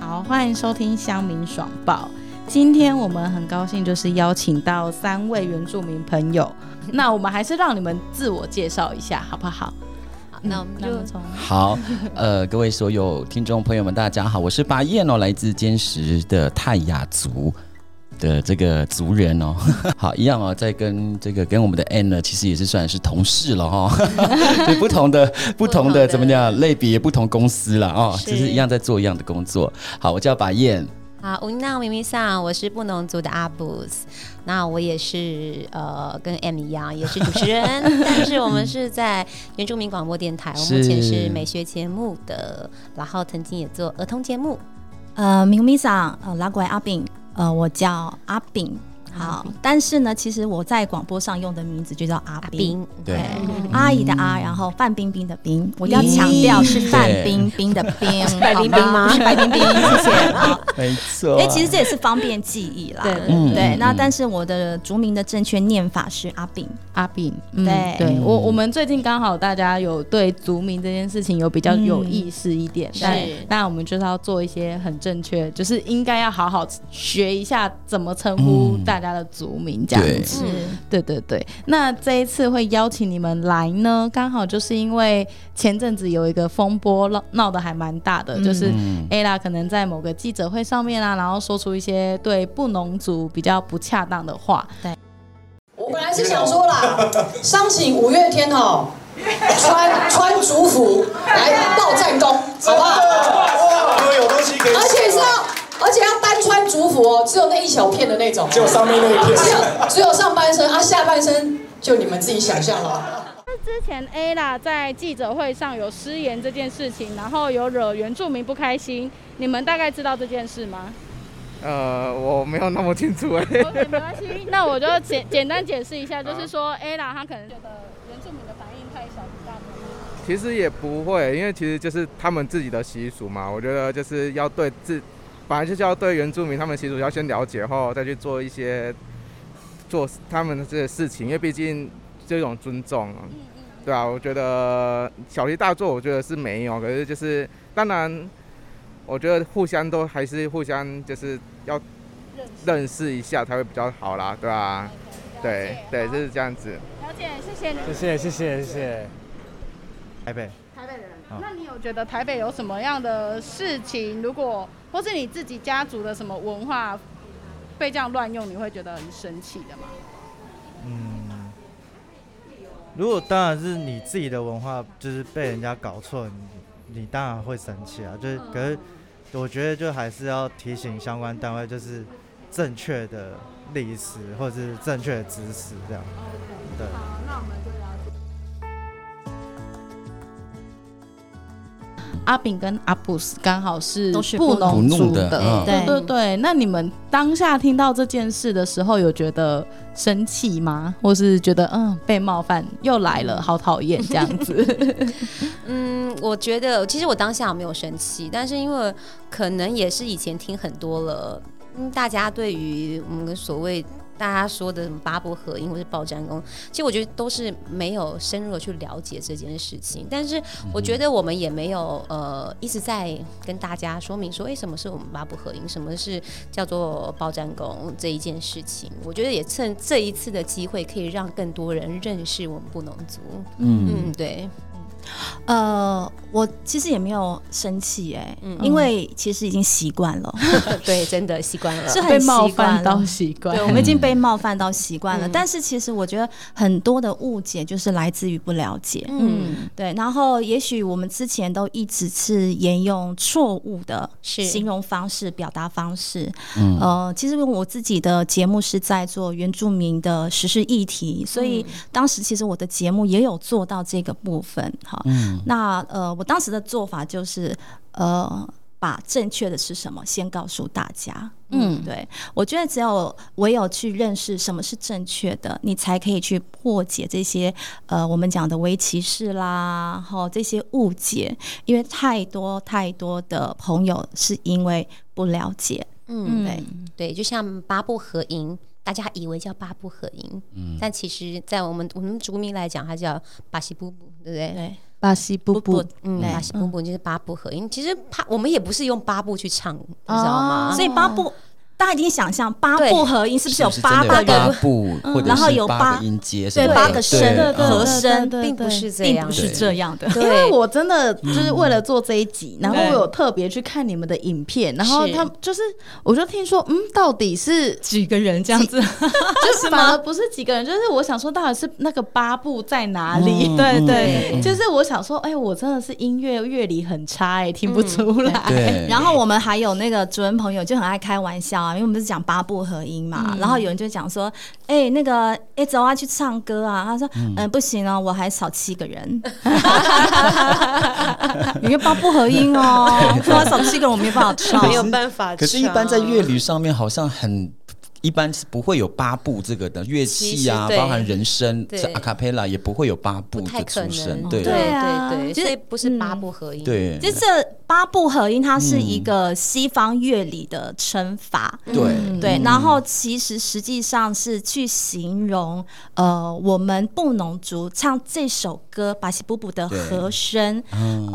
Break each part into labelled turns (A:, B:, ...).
A: 好，欢迎收听《乡民爽报》。今天我们很高兴，就是邀请到三位原住民朋友。那我们还是让你们自我介绍一下，好不好？嗯
B: 好那我们就
A: 那我们从
C: 好，呃，各位所有听众朋友们，大家好，我是巴彦哦，来自坚实的泰雅族的这个族人哦。 好，一样哦，在跟这个跟我们的 N 呢，其实也是算是同事了哈、哦， 对，不同 的不同的怎么讲类别，不同公司了哦，
B: 是
C: 只是一样在做一样的工作。好，我叫巴彦，
B: 好，我那咪咪桑，我是布农族的阿布斯，那我也是呃跟 M 一样，也是主持人，但是我们是在原住民广播电台，我目前是
C: 是
B: 美学节目的，然后曾经也做儿童节目，
D: 呃，明明桑，呃，拉拐阿炳，呃，我叫阿炳。
B: 阿
D: 好，但是呢，其实我在广播上用的名字就叫阿
B: 阿
D: 冰，
B: 斌，
C: 对
D: 阿姨的阿，然后范冰冰的冰，我要强调是范
C: 对
D: 冰冰的冰，
B: 是白冰冰吗
D: 好不是白冰冰，谢谢。好
C: 没错
D: 因哎为其实这也是方便记忆啦。
B: 对
C: 嗯嗯，
D: 对那
C: 嗯
D: 但是我的族名的正确念法是阿炳，
A: 阿炳，嗯
D: 对
A: 对
C: 嗯
A: 我我们最近刚好大家有对族名这件事情有比较有
D: 嗯
A: 意识一点，
B: 是
A: 但那我们就是要做一些很正确，就是应该要好好学一下怎么称呼
C: 嗯
A: 大家的族名这样
C: 对
A: 子。
D: 是
B: 嗯
A: 对对对，那这一次会邀请你们来呢，刚好就是因为前阵子有一个风波闹闹得还蛮大的，就是
C: 嗯
A: A 啦可能在某个记者会上面啊，然后说出一些对布农族比较不恰当的话，
E: 我本来是想说啦，商请五月天哦，穿穿族服来到战功，好不好？
F: 哥有东西可以吃，
E: 而且是要，而且要单穿族服哦，只有那一小片的那种，
F: 就上面那一片。
E: 只有只有上半身，啊，下半身就你们自己想象了。
G: 之前 A 啦在记者会上有失言这件事情，然后有惹原住民不开心，你们大概知道这件事吗？
H: 呃，我没有那么清楚哎、
G: OK，没关系，那我就简简单解释一下，就是说 A 啦他可能觉得原住民的反应太小不大。
H: 其实也不会，因为其实就是他们自己的习俗嘛。我觉得就是要对自，本来就是要对原住民他们习俗要先了解后，再去做一些做他们的这些事情，因为毕竟这种尊重啊，对啊，我觉得小题大做，我觉得是没有，可是就是当然，我觉得互相都还是互相就是要认识一下才会比较好啦，对吧、对对，就是这样子。
G: 了解，谢谢你。
F: 谢谢谢谢谢谢。
H: 台北。
G: 台北人，
I: 啊
G: 那你有觉得台北有什么样的事情？如果或是你自己家族的什么文化被这样乱用，你会觉得很生气的吗？
I: 嗯，如果当然是你自己的文化，就是被人家搞错，你你当然会生气啊。就是，
G: 嗯
I: 可是我觉得就还是要提醒相关单位，就是正确的历史或者是正确的知识这样。对。
A: 阿炳跟阿布斯刚好是
D: 都是
A: 布农
C: 布
A: 族
C: 农的嗯
A: 对
D: 对
A: 对对。那你们当下听到这件事的时候，有觉得生气吗？或是觉得嗯被冒犯又来了，好讨厌这样子？
B: 嗯，我觉得其实我当下没有生气，但是因为可能也是以前听很多了，嗯，大家对于我们所谓大家说的什么八部合音或是报战功，其实我觉得都是没有深入的去了解这件事情。但是我觉得我们也没有呃一直在跟大家说明说，哎、什么是我们八部合音，什么是叫做报战功这一件事情。我觉得也趁这一次的机会，可以让更多人认识我们布农族。
C: 嗯
B: 嗯，对，
D: 呃，我其实也没有生气哎、
B: 嗯
D: 因为其实已经习惯了，
B: 对，真的习惯了。
D: 是
A: 被
D: 很
A: 冒
D: 习惯
A: 犯
D: 了
A: 到。习惯
D: 对，。我们已经被冒犯到习惯了。
B: 嗯
D: 但是其实我觉得很多的误解就是来自于不了解。
B: 嗯，
D: 对，然后也许我们之前都一直是沿用错误的
B: 是
D: 形容方式、表达方式。
C: 嗯
D: 呃，其实我自己的节目是在做原住民的时事议题，所以当时其实我的节目也有做到这个部分哈。
C: 嗯
D: 那呃，我当时的做法就是呃，把正确的是什么先告诉大家。
A: 嗯
D: 对，我觉得只有唯有去认识什么是正确的，你才可以去破解这些呃我们讲的围棋士啦，哈这些误解，因为太多太多的朋友是因为不了解，
B: 嗯，
D: 对，
B: 对，就像八部合音，大家以为叫八部
C: 嗯
B: 合音，但其实，在我们我们族民来讲，它叫巴西布布，对不对？
D: 对
A: 巴西布布，
B: 嗯，
D: 对
B: 巴西布布就是八步合音。其实八我们也不是用八步去唱，你知道吗？
D: 所以八部大家已经想象八
B: 对
D: 部合音是不是有
C: 是
D: 八
C: 真的有
D: 个
C: 八步，
D: 嗯
C: 或者
D: 然后
C: 是
D: 有
C: 八
D: 八
C: 个音阶什
D: 对
C: 么的，
D: 八个声
C: 对
D: 和声，
A: 对
B: 并
A: 对
B: 不是这
D: 并
B: 样
D: 不
B: 子，
D: 是这样的。
A: 因为
B: 对，
A: 我真的就是为了做这一集，然后
B: 对
A: 我有特别去看你们的影片，然后
B: 是
A: 他就是，我就听说，嗯，到底是
D: 几个人这样子，
A: 就是反而不是几个人，就是我想说，到底是那个八步在哪里？
C: 嗯
D: 对
C: 嗯
D: 对
C: 嗯
A: 就是我想说，哎、我真的是音乐乐理很差、哎，听不出来。
C: 对，
D: 然后我们还有那个主任朋友就很爱开玩笑啊，因为我们是讲八部合音嘛，然后有人就讲说，哎、那个哎、走啊去唱歌啊，他说，嗯、不行哦，我还少七个人，因为八部合音哦，说少七个人我没办法唱，
B: 没有办法。
C: 可是，一般在乐，理上面好像很。一般是不会有八步这个的乐器啊，
B: 其实对
C: 包含人声，
B: 对
C: 这阿卡贝拉也不会有八步
B: 不太
C: 的
B: 可
C: 出声，
B: 能，
C: 对
B: 对
D: 啊
B: 对
D: 就是
B: 所以不是八步合音，
C: 对
D: 就这八部合音，它是一个西方乐理的称法。
C: 对嗯
D: 对，然后其实实际上是去形容，呃，我们布农族唱这首歌《巴西布布》的
C: 对嗯
D: 和声，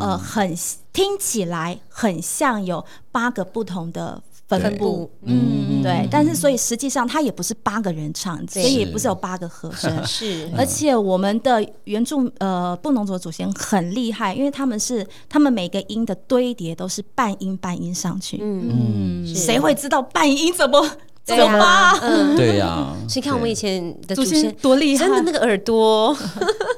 D: 呃，很听起来很像有八个不同的分
C: 对
D: 布，
C: 嗯
D: 对，但是所以实际上它也不是八个人唱，所以也不是有八个和声，
C: 嗯
B: 是
D: 而且我们的原住呃布农族的祖先很厉害，因为他们是他们每个音的堆叠都是半音半音上去，
C: 嗯，
B: 是
D: 谁会知道半音怎么怎
B: 对
D: 么
B: 啊
D: 发？
B: 嗯，
C: 对呀，
B: 所以看我们以前的
D: 祖
B: 祖
D: 先
B: 先
D: 多厉害
B: 真的那个耳朵，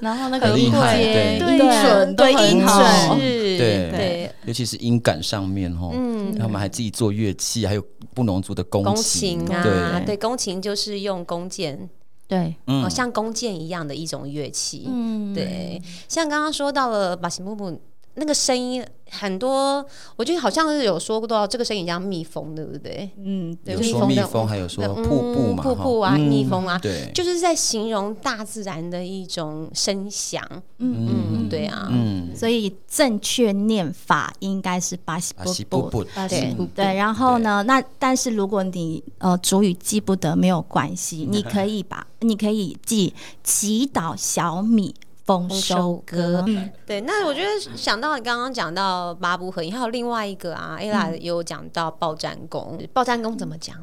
A: 然后那
C: 很
A: 个
C: 厉
A: 音
C: 害
A: 阶、
C: 对
A: 音准都
D: 对
A: 很
D: 音
A: 好
D: 准
B: 是，
C: 对
B: 对，
C: 尤其是音感上面哦，
B: 嗯
C: 他们还自己做乐器，还有布农族的弓
B: 弓
C: 琴
B: 琴，啊，
C: 对，
B: 对，弓琴就是用弓箭，
A: 对，
C: 嗯
B: 哦，像弓箭一样的一种乐器。嗯，对，像刚刚说到了巴西木木那个声音，很多我觉得好像是有说过到这个声音像蜜蜂，对不对？
D: 嗯，
B: 对
C: 有说蜜
B: 的
C: 蜂，还有说
B: 嗯
C: 瀑布嘛，
B: 瀑
C: 哈
B: 布啊，
C: 嗯
B: 蜜蜂啊，
C: 对，
B: 就是在形容大自然的一种声响。
C: 嗯
B: 嗯，对啊，
C: 嗯，
D: 所以正确念法应该是巴西
C: 巴啊西
D: 布
C: 瀑布，
A: 巴
B: 对
A: 西布布
D: 对，然后呢？那但是如果你呃主语记不得没有关系，你可以把你可以记祈祷小米丰
B: 丰
D: 收
B: 收
D: 歌
B: 歌，对，那我觉得想到你刚刚讲到八步合音，还有另外一个啊，ella 也有讲到报战功，报战功怎么讲？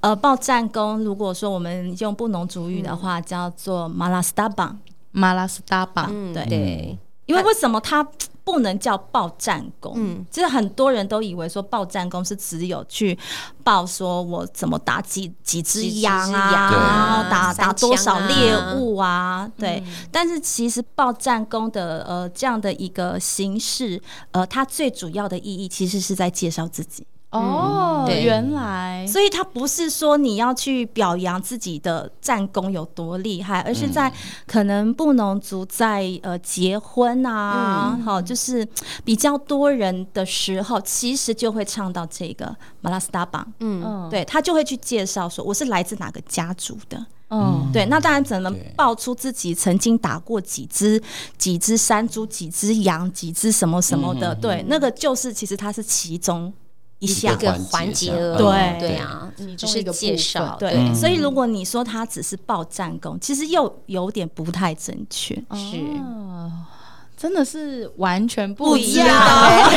D: 呃，报战功，如果说我们用布农族语的话，叫做马拉斯达邦。
A: 马拉斯达巴，
B: 嗯，
D: 对
B: 对，
D: 因为为什么它不能叫报战功？嗯，就是很多人都以为说报战功是只有去报说我怎么打几几只
B: 几只
D: 羊啊，
B: 羊
D: 然后打
B: 三
D: 打多少
B: 枪啊嗯
D: 猎物啊，对。但是其实报战功的呃这样的一个形式，呃，它最主要的意义其实是在介绍自己。
A: 哦，
B: 对
A: 原来
D: 所以他不是说你要去表扬自己的战功有多厉害，而是
A: 嗯
D: 在可能布农族在呃结婚啊，
A: 嗯
D: 好、就是比较多人的时候，其实就会唱到这个马拉斯达邦，
A: 嗯，
D: 对他就会去介绍说我是来自哪个家族的。
A: 嗯，
D: 对，那当然只能
C: 对
D: 爆出自己曾经打过几只、几只山猪、几只羊、几只什么什么
A: 嗯
D: 的。对，那个就是其实它是其中一项
B: 一个
C: 环
B: 环
C: 节
B: 节
C: 这样
B: 而
D: 对
B: 已对啊，只
A: 中一
B: 是
A: 个部
B: 介
A: 分
B: 绍，
D: 对，
C: 嗯
D: 所以如果你说他只是报战功，其实又有点不太正确。
B: 是
A: 哦真的是完全
D: 不
A: 不
D: 一
A: 一
D: 样
A: 样。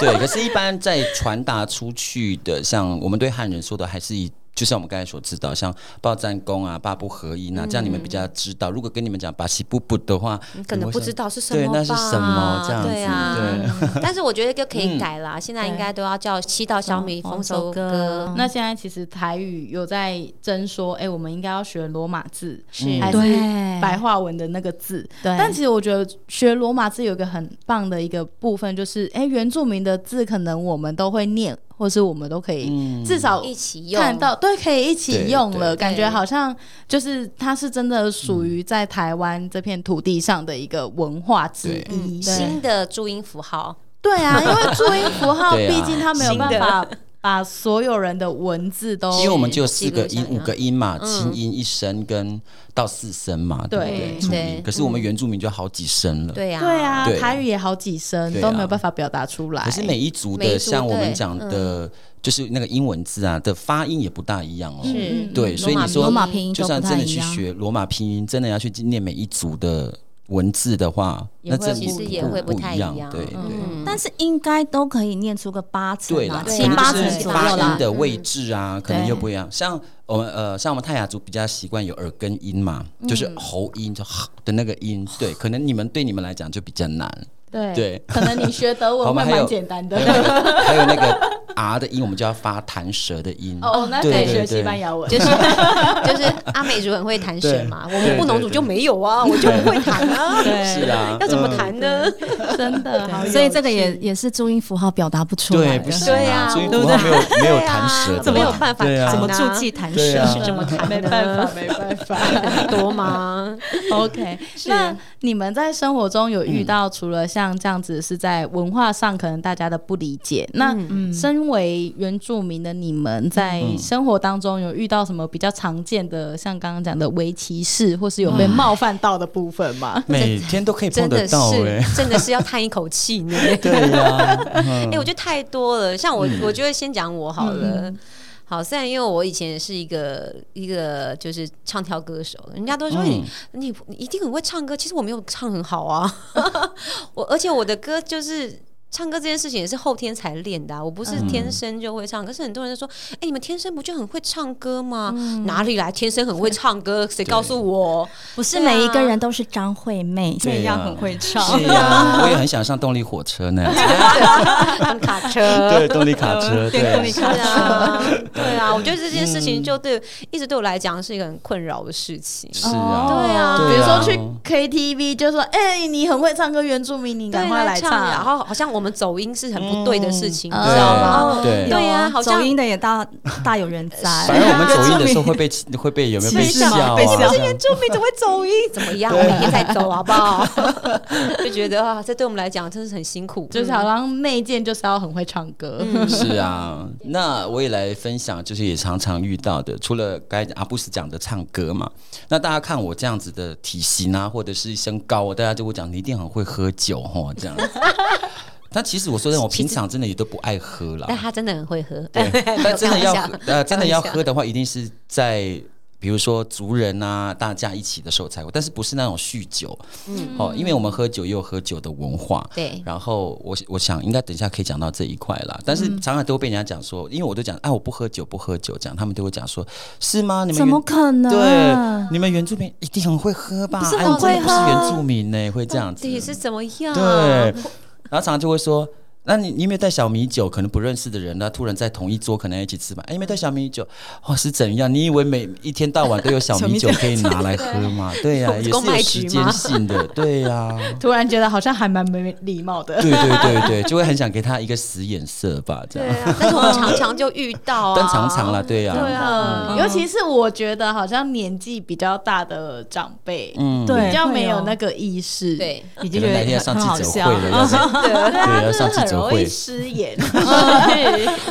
C: 对，可是，一般在传达出去的，像我们对汉人说的，还是以。就像我们刚才所知道，像报战功啊、八步合一啊，这样你们比较知道。如果跟你们讲巴西布布的话，
B: 嗯可
C: 你
B: 能
C: 们会
B: 不
C: 想
B: 知道是什
C: 对
B: 么吧？
C: 那是什么这样子
B: 对啊，嗯但是我觉得就可 以改啦，现在应该都要叫七道小
D: 哦
B: 米丰收歌。
D: 嗯
A: 那现在其实台语有在争说，哎、我们应该要学罗马字，
B: 是
A: 还是
D: 对
A: 白话文的那个字？
D: 对
A: 但其实我觉得学罗马字有一个很棒的一个部分，就是哎、原住民的字可能我们都会念，或是我们都可以、至少
B: 一起用，
A: 看到，对，可以一
C: 对
A: 起用了，
C: 对
A: 感觉
B: 对
A: 好像就是它是真的属于在台湾这片土地上的一个文化之
C: 对
B: 嗯
A: 一。对
B: 新的注音符号，
A: 对 啊，因为注音符号，
C: 对啊
A: 毕竟它没有
B: 新的
A: 办法把所有人的文字都
C: 因为我们
B: 是
C: 只有四个
B: 记录
C: 音、
B: 下来
C: 五个音嘛，
B: 嗯
C: 轻音一声跟到四声嘛，对不对？
A: 对
C: 注
B: 对嗯
C: 音。可是我们原住民就好几声了。
B: 对呀，
A: 对啊
C: 对，
A: 台语也好几声
C: 对啊
A: 都没有办法表达出来。
C: 可是每一族
B: 每
C: 的，
B: 一族
C: 像我们
B: 对嗯
C: 讲的，就是那个英文字啊的发音也不大一样哦。
B: 是
C: 对，所以你
B: 罗
C: 说
D: 罗马拼音
C: 就
D: 都
C: 算
D: 不
C: 真
D: 太
C: 的
D: 一
C: 去
D: 样。
C: 学罗马拼音，真的要去念每一组的文字的话，
A: 也
C: 那
A: 会
C: 这
A: 其实
B: 也会
C: 不
B: 不太
C: 一
B: 一样
C: 对
B: 嗯
C: 对。
D: 但是应该都可以念出个八成
C: 对
D: 啊
C: 啦，，
D: 七八成
C: 就是
D: 左
C: 发
D: 右啦
C: 音。的位置啊，可能
D: 对
C: 又不一样。像我们呃，像我们泰雅族比较习惯有耳根音嘛，就是喉音就的那个音，对，可能你们对你们来讲就比较难。
A: 对
C: 对
A: 可能 你学德
C: 好
A: 文
C: 我们
A: 会
C: 还有
A: 蛮简单的。
C: 还有那个还有那个 R 的音，我们就要发弹舌的音。
A: 哦，那可
C: 对
A: 以
C: 对
A: 学
C: 对
A: 西班牙文，
B: 就是 就是阿美族很会弹舌嘛，我们布农族就没有啊，我就不会弹啊，
C: 是啊
B: 要，怎么弹
D: 嗯
B: 呢？
A: 真的好有趣，
D: 所以这个也也是注音符号表达不出
C: 对，
D: 来的
C: 不，行
B: 对啊
C: 所以
B: 对
C: 我
B: 不
C: 们
B: 对
C: 没有没有
B: 对啊
C: 弹舌的嘛，
B: 怎么有办法
C: 对啊
B: 弹
D: 怎么
B: 呢
D: 注记弹
C: 对
D: 舌
C: 啊？
D: 是这么
A: 没办法，没办法。
B: 很多吗？
A: OK，那你们在生活中有遇到除了像这样子是在文化上可能大家的不理解，那身为原住民的你们在生活当中有遇到什么比较常见的，像刚刚讲的围棋士，或是有被冒犯到的部分吗？
C: 每天都可以 碰
B: 真
C: 得
B: 的
C: 到
B: 是
C: 哎，
B: 真的是要叹一口气呢。
C: 对呀，
B: 哎、我觉得太多了。像我，我就会先讲我好了。好，虽然因为我以前是一个一个就是唱跳歌手，人家都说你、你你一定很会唱歌，其实我没有唱很好啊。 我而且我的歌就是。唱歌这件事情也是后天才练的、啊，我不是天生就会唱。可是很多人就说：“哎、你们天生不就很会唱歌吗？哪里来天生很会唱歌？谁告诉 我？
D: 不是每一个人都是张惠妹
C: 对啊
D: 这样很会唱
C: 是。呀，我也很想上动力火车呢，
B: 当卡车，
C: 对，动力卡车， 对，
B: 是啊， 对啊，我觉得这件事情就对、一直对我来讲是一个很困扰的事情。
C: 是啊，
B: 对啊
C: 对
A: 比如说
C: 啊
A: 去 KTV 就说，哎、你很会唱歌，原住民，你赶
B: 对，啊
A: 快来啊嗯
B: 唱，然后好像我们走音是很不对的事情，你
C: 对
B: 知道吗？
C: 哦对
B: 对啊
D: 有
B: 好像
D: 走音的也大大有 人
C: 反正
D: 在。
C: 我们走音的时候会被 会被有没有被
D: 是
C: 笑
D: 吗
C: 啊？
D: 被笑
C: 这样
B: 原住民怎么会走音？怎么样？我明天再走好 不好？就觉得啊，这对我们来讲真是很辛苦，
A: 就是好像内建就是要很会唱歌，
C: 是啊，那我也来分享，就是也常常遇到的，除了刚才阿布斯讲的唱歌嘛，那大家看我这样子的体型啊，或者是身高，大家就会讲你一定很会喝酒哦，这 样子。但其实我说真的，我平常真的也都不爱喝 啦。
B: 但他真的很会喝，
C: 但真的要喝呃，真的要
B: 开玩笑
C: 喝的话，一定是在比如说族人啊，大家一起的时候才会，但是不是那种酗酒，嗯，哦，因为我们喝酒也有喝酒的文化，
B: 对
C: 然后我我想应该等一下可以讲到这一块啦，但
D: 嗯
C: 是常常都会被人家讲说，因为我都讲啊，我不喝酒，不喝酒，这样他们都会讲说，是吗？你们
D: 怎么可能？
C: 对，
D: 啊
C: 你们原住民一定很会喝吧？
D: 不是
C: 哎
D: 很
C: 我真的
D: 会
C: 不是
D: 喝
C: 原住民呢，会这样子。
B: 到底 是怎么样？
C: 对，然后常常就会说，那你你有没有带小米酒？可能不认识的人，那突然在同一桌，可能一起吃饭，哎，有没有带小米酒？哦，是怎样？ 你以为每一天到晚都有小米酒可以拿来喝吗？对呀、
B: 我们
C: 也
B: 公
C: 是有
B: 卖
C: 时
B: 局
C: 间
B: 吗
C: 性的，对呀、
A: 突然觉得好像还蛮没礼貌的。
C: 对对对对，就会很想给他一个死眼色吧，这
B: 对
C: 样。
B: 啊，但是我们常常就遇到啊，
C: 但常常啦，对呀、
B: 对
A: 嗯
C: 嗯
B: 啊，
A: 尤其是我觉得好像年纪比较大的长辈，
C: 嗯，
D: 对
A: 比较没有
D: 会哦
A: 那个意识，
B: 对，
C: 可
D: 已经觉
C: 能
D: 得
C: 哪天要上
D: 很
C: 记
D: 好
C: 者
D: 笑
C: 会。了，
A: 哦
C: 要是
A: 对啊，
C: 要
A: 就是
C: 上记
A: 很
C: 者
A: 容易
C: 会
A: 失 言，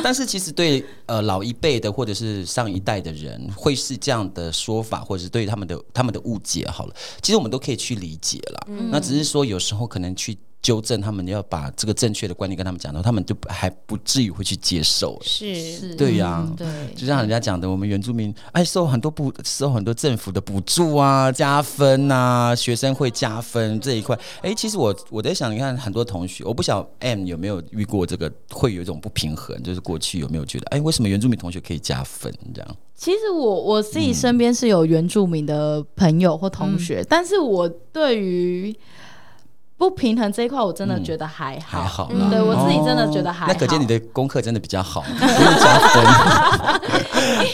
C: 但是其实对呃老一辈的或者是上一代的人，会是这样的说法，或者是对他们的他们的误解好了。其实我们都可以去理解啦，那只是说有时候可能去纠正他们，要把这个正确的观念跟他们讲到，他们就还不至于会去接受。
B: 是
C: 对呀、
A: 嗯
B: 对，
C: 就像人家讲的，我们原住民哎受很多补受很多政府的补助啊、加分啊，学生会加分这一块。哎，其实我我在想，你看很多同学，我不晓得 M 有没有遇过这个，会有一种不平衡，就是过去有没有觉得，哎，为什么原住民同学可以加分这样？
A: 其实我我自己身边是有原住民的朋友或同学，
C: 嗯
A: 但是我对于不平衡这一块，我真的觉得还好。
C: 嗯还好啦，
A: 嗯对我自己真的觉得
C: 哦
A: 还好。
C: 那可见你的功课真的比 较好， 不用加分。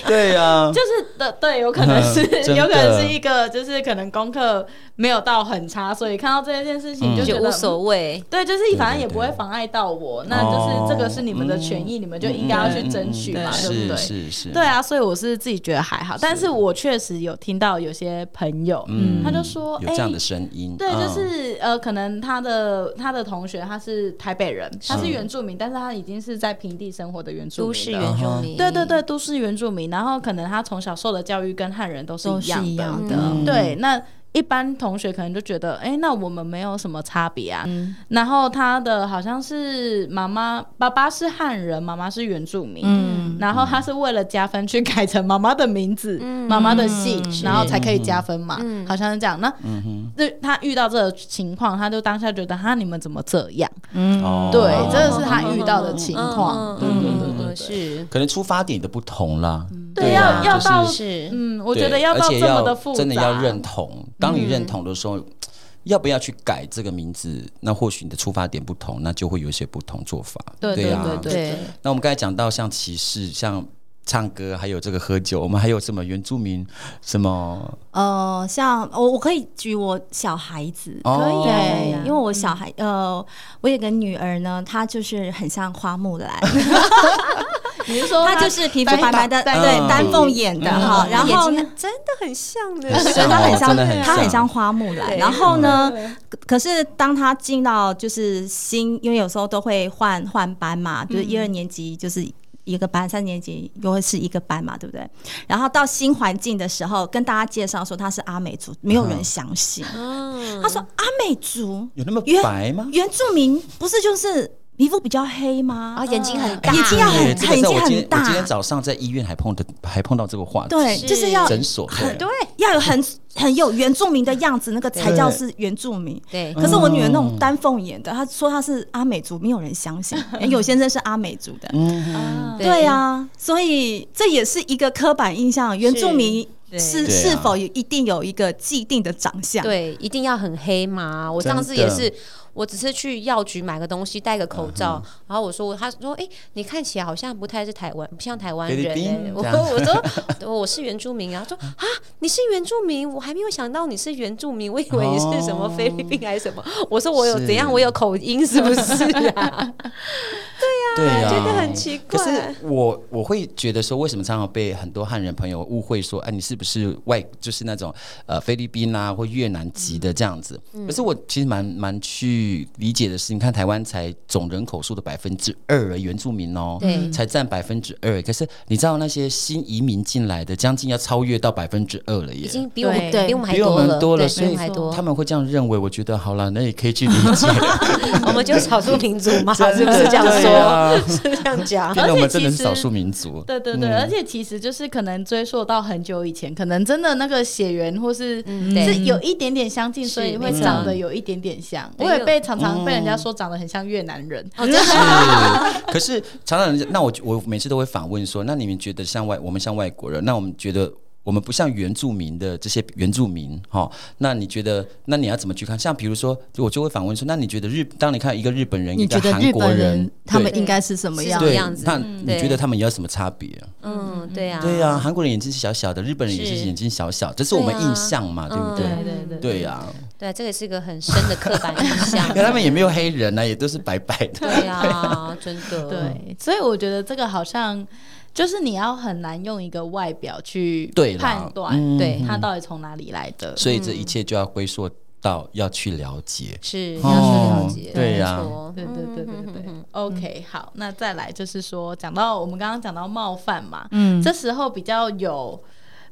C: 对啊呀、
A: 就是的，对，有可能是
C: 嗯， 真的
A: 有可能是一个，就是可能功课没有到很差，所以看到这件事情 就
B: 嗯就
A: 觉得嗯
B: 无所谓。
A: 对，就是反正也
C: 对
A: 不会妨碍到我，那就是这个是你们的权益，你们就
C: 哦
A: 应该要
C: 嗯
A: 去争取嘛，对不
C: 是
A: 对？
C: 是是，
A: 对啊，所以我是自己觉得还好，但是我确实有听到有些朋友，
C: 嗯，
A: 他就说，
C: 有
A: 哎
C: 这，样的声音，
A: 对，就
C: 嗯
A: 是呃，可能他的他的同学他是台北人，他是原住民，但是他已经是在平地生活的原住民
B: 都
A: 了
B: 市原住民，
A: 对对对，都市原住民，然后可能他从小受的教育跟汉人都是
D: 都
A: 一
D: 是
A: 样的，
C: 嗯
D: 一样
B: 的
A: 对，那一般同学可能就觉得，哎、那我们没有什么差别啊。然后他的好像是妈妈，爸爸是汉人，妈妈是原住民，
D: 嗯
A: 然后他是为了加分去改成妈妈的名字、妈妈的姓，然后才可以加分嘛，好像是这样。那
C: 嗯哼，
A: 对他遇到这个情况，他就当下觉得，哈，你们怎么这样？
C: 哦
A: 对，这个是他遇到的情况。对对对对对，
B: 是，
C: 可能出发点的不同啦。
A: 对，
C: 啊
A: 要要
C: 就是
A: 到
B: 是
A: 嗯，我
C: 对，
A: 觉得要
C: 而
A: 到
C: 且
A: 这么的
C: 要
A: 复杂，
C: 真的要认同。当你认同的时候，要不要去改这个名字？那或许你的出发点不同，那就会有一些不同做法。
A: 对对
C: 啊
A: 对对对。
C: 那我们刚才讲到像歧视，像。唱歌，还有这个喝酒，我们还有什么原住民，什么
D: 呃，像我我可以举我小孩子，
C: 哦可以啊
D: 对，因为我小孩呃，我有个女儿呢，她就是很像花木 兰，
A: 你是说
D: 她就是皮肤白白的，
A: 单
D: 对，
C: 嗯
D: 丹凤眼的哈，然
B: 眼
D: 后
B: 睛
D: 呢
B: 很真的很像的，
C: 很
D: 所以
C: 像
D: 她
C: 哦
D: 很
C: 真
D: 像
C: 的很，
D: 她很
C: 像
D: 像花木兰。
B: 对
D: 然后呢，可可是当她进到就是新，因为有时候都会换换班嘛，就是一二年级就是。一个班，三年级又会是一个班嘛，对不对？然后到新环境的时候，跟大家介绍说她是阿美族，没有人相信。
B: 嗯
D: 她说阿美族
C: 有那么
D: 原
C: 白吗？
D: 原住民不是就是皮肤比较黑吗？
B: 啊，眼睛很大，
D: 哎眼睛要很
C: 对这个是
D: 眼睛
C: 我今天
D: 很大
C: 我今天早上在医院还碰的，还碰到这个话题。
D: 对，
B: 是
D: 就是要
C: 诊所很
B: 对
D: 要有很很有原住民的样子，那个才叫是原住民。
B: 对
D: 可是我女儿那种丹凤眼的，她说她是阿美族，没有人相 信。哎有先生是阿美族的，
C: 嗯
A: 嗯
D: 对
A: 啊
D: 呀、所以这也是一个刻板印象，原住民
B: 对
D: 是
C: 对啊
D: 是否有一定有一个既定的长相？
B: 对，一定要很黑嘛。我
C: 真
B: 上次也
C: 的嗯
B: 是，我只是去药局买个东西，戴个口罩，然后我说，他说，哎、你看起来好像不太是台湾，不像台湾
C: 菲律
B: 人、
C: 宾
B: 欸。我
C: 这样
B: 我 说我是原住民啊，他说啊，你是原住民，我还没有想到你是原住民，我以为你是什么菲律宾还是 什么。我说我有怎样，
C: 是
B: 我有口音是不是啊？
C: 对啊，
B: 觉得很奇
C: 可是
B: 怪。
C: 我我会觉得说，为什么常常被很多汉人朋友误会说，哎、你是不是外就是那种呃菲律宾啊或越南籍的这样子？
B: 嗯
C: 可是我其实蛮蛮去理解的是，你看台湾才总人口数的百分之二，原住民哦，
B: 对
C: 才占百分之二。可是你知道那些新移民进来的，将近要超越到百分之二了耶，
B: 已经比我们
A: 对
B: 比我们还
C: 比我
B: 多
C: 们
B: 了，
C: 多了，
B: 对
C: 所
B: 比我
C: 以
B: 们还多
C: 他。们会这样认为。我觉得好了，那也可以去理解，
B: 我们就是少数民族 嘛，
C: 真的
B: 是不是这样
C: 对啊
B: 说？ 是不是这样讲？
C: 变得我们真
A: 而且
C: 的
A: 其
C: 是
A: 实
C: 少数民族。
A: 对对对，
C: 嗯
A: 而且其实就是可能追溯到很久以前，可能真的那个血缘或是、
B: 嗯对
A: 是有一点点相近，所以会
B: 没错
A: 长得有一点点像。
B: 对哦
A: 我也被常常被人
C: 嗯
A: 家说长得很像越南人，
C: 是， 可是常常人家，那我我每次都会反问说，那你们觉得像外我们像外国人，那我们觉得我们不像原住民的这些原住民哈、哦？那你觉得，那你要怎么去看？像比如说，我就会反问说，那你觉得日，当你看一个日本人，
A: 你
C: 一
A: 觉
C: 个
A: 得
C: 韩
A: 日
C: 国
A: 本
C: 人
A: 人，他们
C: 对
A: 应该是什么样？
B: 什么
C: 对
B: 样子
C: 那
B: 嗯
C: 你
B: 对
C: 觉得他们有什么差别？
B: 嗯，对呀，
C: 对啊，韩国人眼睛是小小的，日本人也是
B: 是
C: 眼睛小小，这是我们
B: 对啊
C: 印象嘛，对不
B: 嗯
C: 对？
A: 对对
C: 对呀，
B: 对，这个是一个很深的刻板印象。
C: 因为他们也 没有黑人啊，也都是白白的。
B: 对啊， 真的。
A: 对，所以我觉得这个好像就是你要很难用一个外表去
C: 对啦
A: 判断，
C: 嗯
A: 对他到底从哪里来的。
C: 所以这一切就要归溯到要去了解。
B: 是要去
C: 哦
B: 了解，
C: 对
B: 没
C: 呀
B: 错
A: 对对对对对
B: 嗯嗯嗯嗯
A: 对，OK，好，那再来就是说，讲到我们刚刚讲到冒犯嘛，嗯，这时候比较有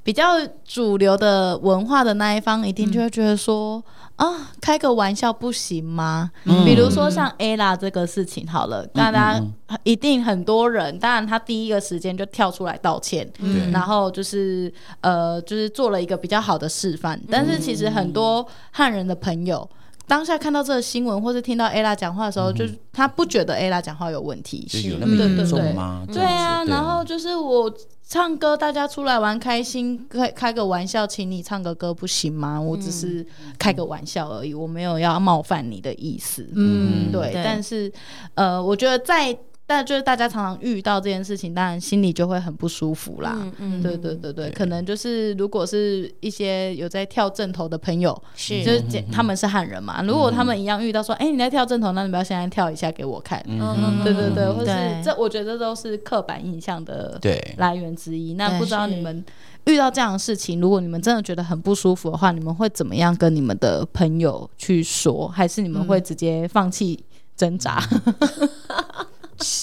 A: 比较主流的文化的那一方，一定就会觉得说。啊，开个玩笑不行吗？
C: 嗯
A: 比如说像 Ella 这个事情，好了，大家
C: 嗯
A: 一定很多人，当然他第一个时间就跳出来道歉，
C: 嗯对
A: 然后就是呃，就是做了一个比较好的示范。但
C: 嗯
A: 是其实很多汉人的朋友。当下看到这个新闻，或是听到 Ella 讲话的时候，就是他不觉得 Ella 讲话有问题，
C: 嗯就是有那么严
A: 嗯对对
C: 重
A: 对
C: 吗？这
A: 对啊
C: 样，子
A: 然后就是我唱歌，大家出来玩开心，开开个玩笑，请你唱个歌不行吗？我只是开个玩笑而已，我没有要冒犯你的意思。嗯，对。
D: 对
A: 但是，呃，我觉得在但就是大家常常遇到这件事情，当然心里就会很不舒服啦。
B: 嗯嗯，
A: 对对对对，可能就是如果是一些有在跳正头的朋友，
B: 是
A: 就是这他们是汉人嘛，如果他们一样遇到说，哎、你在跳正头，那你不要现在跳一下给我看。
B: 嗯
A: 对对对，或是
D: 对
A: 这，我觉得这都是刻板印象的
C: 对
A: 来源之一。那
D: 对
A: 不知道
B: 是
A: 你们遇到这样的事情，如果你们真的觉得很不舒服的话，你们会怎么样跟你们的朋友去说？还是你们会直接放弃挣扎？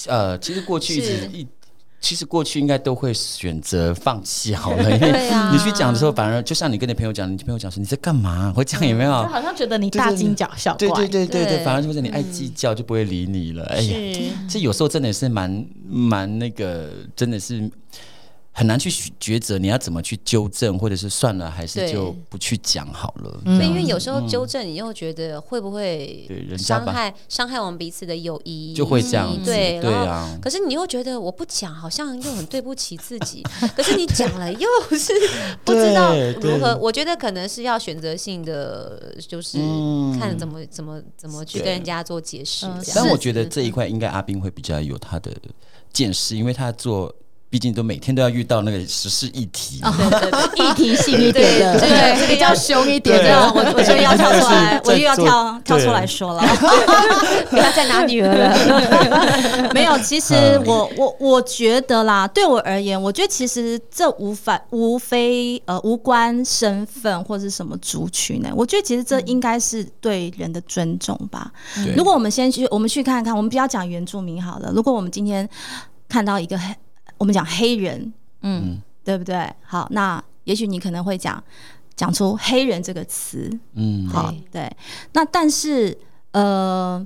C: 呃，其实过去一直
B: 是
C: 一。其实过去应该都会选择放 弃好了，因
A: 对
C: 为
A: 啊
C: 你去讲的时候，反而就像你跟你朋友讲，你朋友讲说你在干嘛，会这样有没有
A: 就？好像觉得你大惊小小怪，
C: 对对对对对，反而就是你爱计较就不会理你了。哎呀，
A: 嗯是
C: 这有时候真的是蛮蛮那个，真的是很难去抉择，你要怎么去纠正，或者是算了，还是
B: 对
C: 就不去讲好了。
B: 所
C: 这
B: 以，
C: 样
B: 因为有时候
C: 嗯
B: 纠正，你又觉得会不会
C: 对人家
B: 伤
C: 吧
B: 害伤害我们彼此的友谊，
C: 就会这样
A: 嗯
C: 子
B: 对
C: 对
B: 然后
C: 啊
B: 可是你又觉得我不讲，好像又很对不起自己。 可是你讲了，又是不知道
C: 对对
B: 如何。我觉得可能是要选择性的，就是
C: 嗯
B: 看怎么怎么怎么去
C: 对
B: 跟人家做解释
A: 嗯。
B: 这样
C: 但
B: 子
C: 我觉得 这一块应该阿斌会比较有他的见识，因为他做，毕竟都每天都要遇到那个时事议题嘛。
A: 议题性一点的，
B: 对对这个
A: 比较凶一点
C: 对
A: 的
C: 啊。
D: 我我就要跳出 来，
C: 就是
D: 我
C: 在
D: 又要
C: 做
D: 跳跳出
C: 对
D: 来说了。
B: 不要再拿女儿
C: 啊
B: 了。
D: 没有，其实我我我觉得啦，对我而言，我觉得其实这无反无非呃无关身份或是什么族群呢、我觉得其实这应该是对人的尊重吧。
C: 嗯对
D: 如果我们先去，我们去看看，我们不要讲原住民好了。如果我们今天看到一个黑，我们讲黑人，
A: 嗯，
D: 对不对？好，那也许你可能会讲讲出黑人这个词，
C: 嗯，
D: 好，对。那但是呃，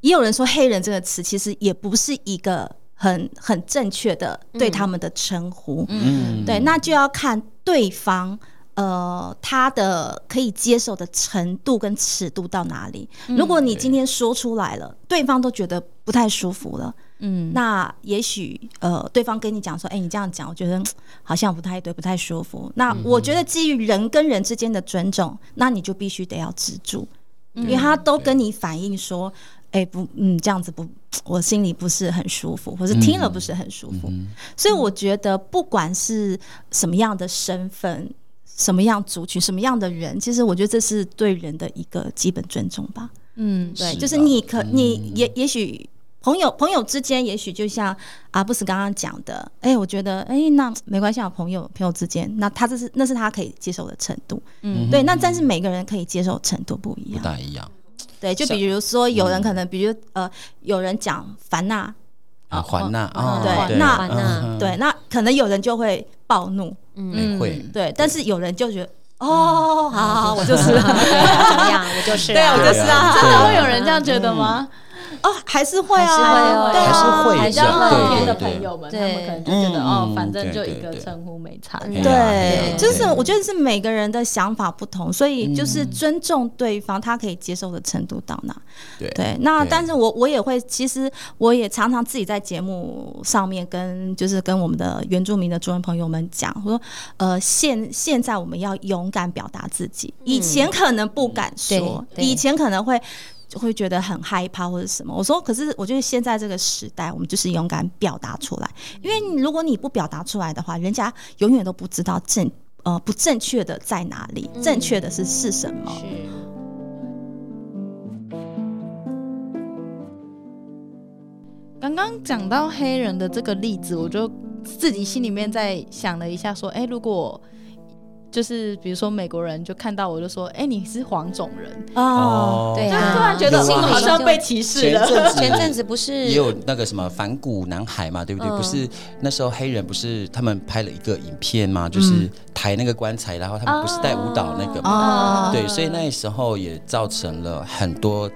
D: 也有人说“黑人”这个词其实也不是一个很很正确的对他们的称呼。
C: 嗯，
D: 对，那就要看对方。呃，他的可以接受的程度跟尺度到哪里？如果你今天说出来了，对方都觉得不太舒服了，
A: 嗯，
D: 那也许呃，对方跟你讲说，哎、你这样讲，我觉得嗯好像不太对，不太舒服。那我觉得基于人跟人之间的尊重，那你就必须得要止住，因为他都跟你反映说，哎、不，嗯，这样子不，我心里不是很舒服，或是听了不是很舒服。
C: 嗯
D: 所以我觉得，不管是什么样的身份。什么样族群、什么样的人，其实我觉得这是对人的一个基本尊重吧。
A: 嗯，
D: 对，
C: 是
D: 就是
C: 啦
D: 你可你
C: 嗯
D: 也也许朋友朋友之间，也许就像阿布斯刚刚讲的，哎、我觉得哎、那没关系啊，朋友朋友之间，那他这是那是他可以接受的程度，嗯，对，那但是每个人可以接受的程度不一
C: 不
D: 样，
C: 大一嗯样
D: 对，就比如说有人可能，比如呃，有人讲凡娜，
C: 啊。环娜
B: 哦
C: 啊，
D: 对
C: 对，
D: 那
B: 环娜
C: 嗯
D: 对，那可能有人就会暴怒，
C: 哎会
D: 对，但是有人就觉得。哦，好好好，我就是
B: 对啊怎么样？我就是啊，
D: 对我就是啊
A: 真的会有人这样觉得吗？
D: 哦，还是会
B: 还是会
D: 啊，
B: 哦
D: 对啊
C: 还是会
A: 比较
C: 的
A: 乐天的
C: 对对对
A: 朋嗯友们，他
B: 啊对
A: 们可能就觉得
C: 嗯
A: 哦
C: 嗯，
A: 反正就
C: 对
A: 一个
C: 对对啊
A: 称呼没差。
B: 嗯
D: 对，
B: 对
D: 就是
C: 对嗯
D: 我觉得是每个人的想法不同，所以就是尊重对方他可以接受的程度到哪。
C: 对
D: 对，那
C: 对
D: 但是我我也会，其实我也常常自己在节目上面跟就是跟我们的原住民的族人朋友们讲，我说呃，现现在我们要勇敢表达自己，以前可能不敢说，
B: 对对
D: 以前可能会。就会觉得很害怕或者什么。我说，可是我觉得现在这个时代，我们就是勇敢表达出来，因为你如果你不表达出来的话，人家永远都不知道正呃不正确的在哪里，正确的是是什么。
A: 刚刚讲到黑人的这个例子，我就自己心里面在想了一下，说，哎，如果就是比如说美国人就看到我就说，哎，你是黄种人，
D: 哦，
B: 对
A: 就
B: 啊
A: 突然觉得
B: 心
A: 我
B: 里
A: 好像
B: 就
A: 被歧视
C: 前
A: 了。
C: 阵子
B: 前阵子不是
C: 也有那个什么反骨男孩嘛，对不对？
B: 嗯
C: 不是那时候黑人不是他们拍了一个影片嘛，
B: 嗯
C: 就是抬那个棺材，然后他们不是带舞蹈那个嘛，
A: 啊
D: 哦
C: 对，所以那时候也造成了很多。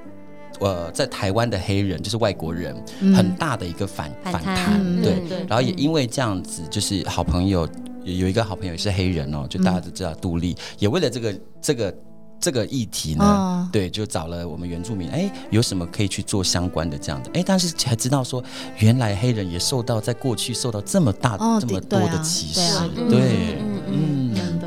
C: 呃，在台湾的黑人就是外国人，很大的一个反
B: 嗯反
C: 弹，
B: 弹
C: 对啊
B: 嗯，
A: 对
C: 然后也因为这样子，就是好朋友有一个好朋友也是黑人哦，就大家都知道杜丽，也为了这个这个这个议题呢，
D: 嗯
C: 对，就找了我们原住民，哎，有什么可以去做相关的这样的，哎，但是才知道说，原来黑人也受到在过去受到这么大、
D: 哦
C: 这么
D: 对
C: 多
D: 对啊
C: 的歧
D: 对
C: 视
D: 啊，
C: 对，
B: 嗯嗯。
C: 嗯
A: 真的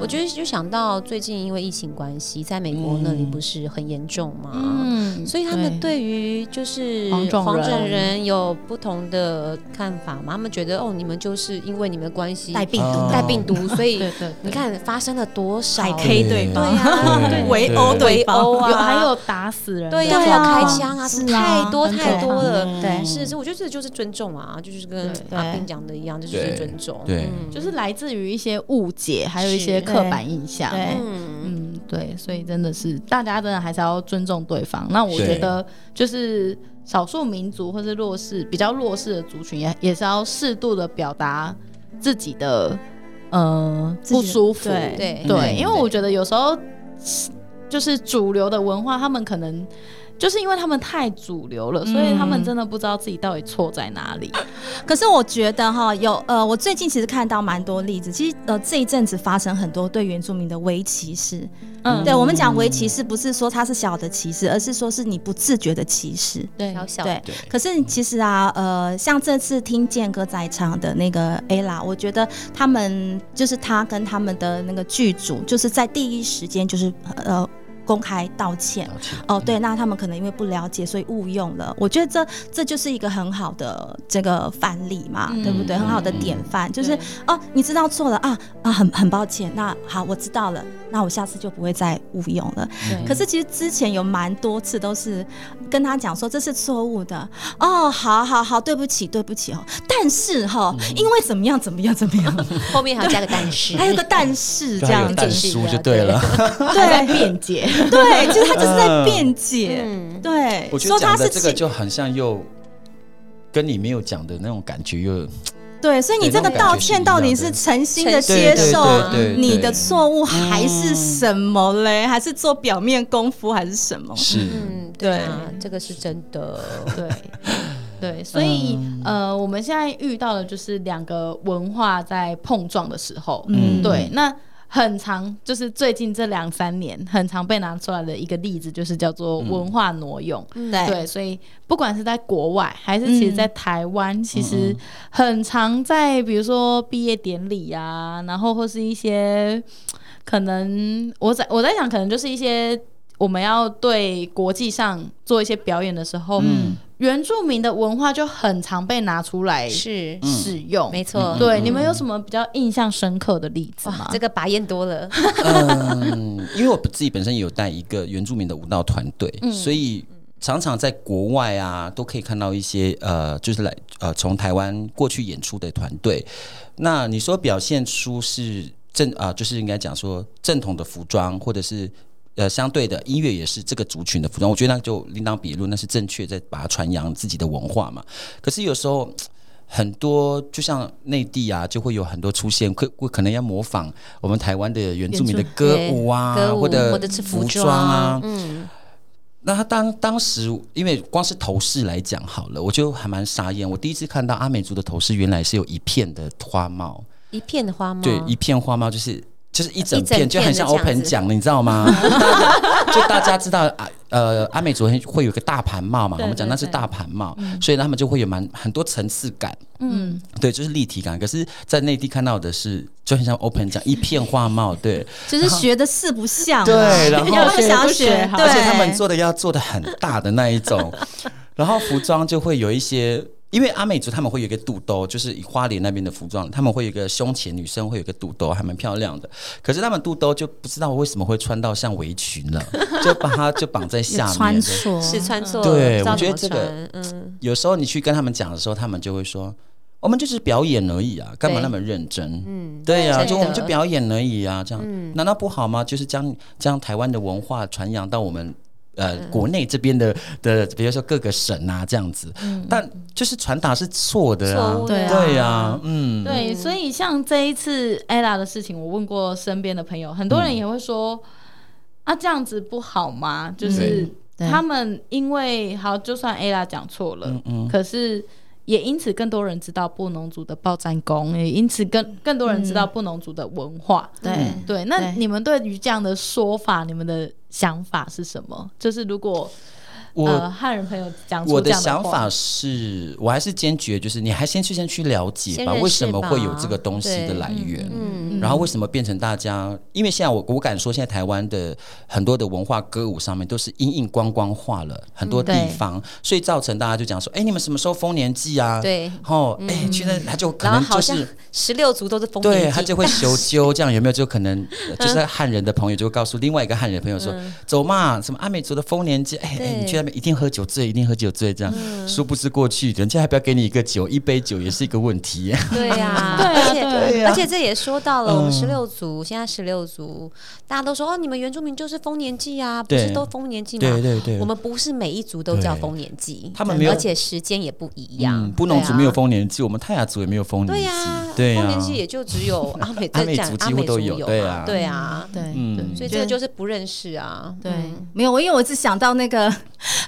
B: 我觉得就想到最近因为疫情关系，在美国那里不是很严重嘛，
A: 嗯
B: 所以他们对于就是
A: 黄种人
B: 人有不同的看法嘛？他们觉得哦，你们就是因为你们关系
D: 带病
C: 哦
D: 毒，
B: 带病毒，所 以
A: 对对对
B: 你看发生了多少
D: 还 K 对
B: 对
D: 方，
B: 啊，
C: 对
D: 围殴
B: 围
D: 对方
B: 殴啊，
A: 有还有打死人的
B: 对
A: 状况，
B: 呀、
D: 对啊
B: 还有开枪啊，
D: 是
B: 是
D: 啊
B: 太多
D: 很
B: 太
D: 可
B: 多
D: 怕
B: 了。
D: 对
B: 是是，我觉得这就是尊重啊，就是跟
A: 对
B: 阿斌讲的一样，这就是
C: 对
B: 尊重。
C: 对
B: 嗯
A: 就是来自于一些误解，还有一些
B: 是
A: 刻板印象。
D: 对
B: 嗯，
A: 嗯，对，所以真的是大家真的还是要尊重对方。那我
C: 是
A: 觉得就是少数民族或是弱势比较弱势的族群也也是要适度的表达自己的呃
D: 自己
A: 不
D: 的
A: 舒服，
D: 对
B: 对
A: 对，
C: 嗯
A: 因为我觉得有时候就是主流的文化，他们可能。就是因为他们太主流了，所以他们
D: 嗯
A: 真的不知道自己到底错在哪里。
D: 可是我觉得哈，有呃，我最近其实看到蛮多例子，其实呃这一阵子发生很多对原住民的微歧视。
A: 嗯，
D: 对我们讲微歧视，不是说它是小的歧视，而是说是你不自觉的歧视。
A: 对
B: 小小的
D: 对，
C: 对，
D: 可是其实啊，呃，像这次听健哥在场的那个 ella，我觉得他们就是他跟他们的那个剧组，就是在第一时间就是呃公开道歉。
C: 了解
D: 哦，对，那他们可能因为不了解，所以误用了。我觉得这这就是一个很好的这个范例嘛，
A: 嗯
D: 对不对？
C: 嗯
D: 很好的
C: 嗯
D: 典范，就是
A: 对
D: 哦，你知道错了啊啊，很很抱歉。那好，我知道了，那我下次就不会再误用了。
A: 对
D: 可是其实之前有蛮多次都是跟他讲说这是错误的哦，好好好，对不起对不起哦，但是哈、因为怎么样怎么样怎么样，
B: 后面 还要加个但是，
D: 还有个但是
C: 就
D: 这
C: 还有
D: 样
C: 蛋
D: 子，
C: 叔就对了，
A: 在
D: 对
A: 辩解，
D: 对，就是他就是在辩解，
B: 嗯，
D: 对，
C: 我觉
D: 说
C: 得
D: 他
C: 讲
D: 是
C: 的这个
D: 其
C: 就很像又跟你没有讲的那种感觉又
D: 对，所以你
C: 对
D: 这
C: 那
D: 个
C: 种感
D: 道
C: 觉是一
D: 歉
C: 样
D: 到底
C: 的
D: 是诚心的
B: 诚
D: 接
B: 实
D: 受
B: 的
C: 对嗯对对
D: 你的
C: 对
D: 错误，还是
C: 嗯
D: 什么嘞？还是做表面功夫，还是什么？
C: 是
B: 嗯，对啊，这个是真 的。
A: 对对，所以、呃，我们现在遇到的就是两个文化在碰撞的时候，
C: 嗯
A: 嗯，对，那。很常就是最近这两三年很常被拿出来的一个例子，就是叫做文化挪用。
C: 嗯哎
D: 对
A: 对，所以不管是在国外还是其实，在台湾，其
C: 嗯
A: 实很常在比如说毕业典礼啊，然后或是一些可能我在我在想，可能就是一些我们要对国际上做一些表演的时候，
C: 嗯
A: 原住民的文化就很常被拿出来
B: 是，
C: 嗯
A: 使用。
B: 没错。
A: 对，你们有什么比较印象深刻的例子吗？
B: 哇，这个拔烟多了，
C: 嗯，因为我自己本身也有带一个原住民的舞蹈团队，所以常常在国外啊，都可以看到一些呃，就是来呃从台湾过去演出的团队。那你说表现出是正啊、就是应该讲说正统的服装，或者是。呃，相对的音乐也是这个族群的服装，我觉得那就另当别论，那是正确在把它传扬自己的文化嘛。可是有时候很多就像内地啊，就会有很多出现，可可能要模仿我们台湾的原住民的歌舞啊，
B: 歌舞
C: 或者
B: 或者是服
C: 装啊。
B: 嗯，
C: 那他当当时，因为光是头饰来讲好了，我就还蛮傻眼。我第一次看到阿美族的头饰，原来是有一片的花帽，
B: 一片的花吗？
C: 对，一片花帽就是就是一整
B: 嗯一整
C: 片，
B: 片
C: 就很像
B: 的这样
C: open
B: 子
C: 奖，你知道吗？ 就大家知道啊，呃，阿美昨天会有个大盘帽嘛，
A: 对
C: 我们讲
A: 对
C: 那是
A: 对
C: 大盘帽，
B: 嗯
C: 所以他们就会有蛮很多层次感，
A: 嗯，
C: 对，就是立体感。可是，在内地看到的是就很像 open 奖一片花帽，对
D: 就是学的四不像啊，
C: 对，然后
D: 他们
A: 学
D: 想要
A: 不学
D: 学，
A: 好
D: 对，
C: 而且他们做的要做的很大的那一种， 然后服装就会有一些。因为阿美族他们会有一个肚兜，就是以花莲那边的服装，他们会有一个胸前，女生会有一个肚兜，还蛮漂亮的。可是他们肚兜就不知道为什么会穿到像围裙 了，就把它就绑在下面。
D: 穿梭
B: 是穿错了，不
C: 对
B: 知道
C: 我觉得
B: 怎么
C: 这个啊
B: 穿嗯，
C: 有时候你去跟他们讲的时候，他们就会说：“哦我们就是表演而已啊，干嘛那么认真？”嗯，对呀、
B: 真的
C: 就我们就表演而已啊，这样、难道不好吗？就是将将台湾的文化传扬到我们。呃，国内这边的的，比如说各个省啊，这样子，但就是传达是错的啊
B: 错误，的
A: 对啊
C: 对啊，嗯，
A: 对，所以像这一次 ella 的事情，我问过身边的朋友，很多
C: 嗯
A: 人也会说，啊，这样子不好吗？就是
D: 对
A: 他们因为好，就算 ella 讲错了，
C: 嗯
A: 可是。也因此，更多人知道布农族的报战功，也因此更更多人知道布农族的文化。
D: 嗯对。
C: 嗯
A: 对，那
D: 对
A: 你们对于这样的说法，你们的想法是什么？就是如果
C: 我、
A: 呃汉人朋友讲出
C: 我
A: 这
C: 的
A: 样
C: 想
A: 话
C: 法是，我还是坚决，就是你还先去先去了解
B: 先
C: 吧，
B: 认识
C: 为什么会有
B: 吧
C: 这个东西的
B: 对
C: 来源，
B: 嗯
C: 然后为什么变成大家？因为现在我我敢说，现在台湾的很多的文化歌舞上面都是阴影光光化了很多地
B: 嗯
A: 对
C: 方，所以造成大家就讲说，哎，你们什么时候丰年祭啊？，
B: 对。嗯
C: 哦，哎，去那他就可
B: 然后
C: 能就
B: 好像
C: 是。
B: 十六族都是风
C: 对
B: 年
C: 他
B: 祭
C: 就会修纠，这样有没有就可能呃就是汉人的朋友就会告诉另外一个汉人朋友说：“走嘛，什么阿美族的丰年祭，哎、哎，
B: 对
C: 你去那那边一定喝酒醉，一定喝酒醉这样，殊不知过去人家还不要给你一个酒，一杯酒也是一个问题耶。
B: 对呀、
A: 对啊
B: 而且、
A: 对啊
B: 而且这也说到了，我们
C: 嗯
B: 十六族、现在十六族，大家都说哦，你们原住民就是丰年祭啊，不
C: 对
B: 是都丰年祭吗？
C: 对对对，
B: 我们不是每一族都叫丰年祭，
C: 他们没有
B: 而且时间也不一样。
C: 嗯，布农族没有
B: 对啊
C: 丰年祭，我们泰雅族也没有丰
B: 对
C: 年
B: 呀、
C: 祭，对呀
B: 丰年祭也就只有阿美
C: 阿
B: 征
C: 美
B: 战
C: 族、
B: 阿
C: 几乎
B: 美
C: 都
B: 族
C: 有
B: 有
C: 对
B: 嘛
C: 啊
B: 对啊，
A: 对
C: 嗯
B: 所以这个就是不认识啊。
D: 对
B: 嗯，
D: 没有，我因为我只想到那个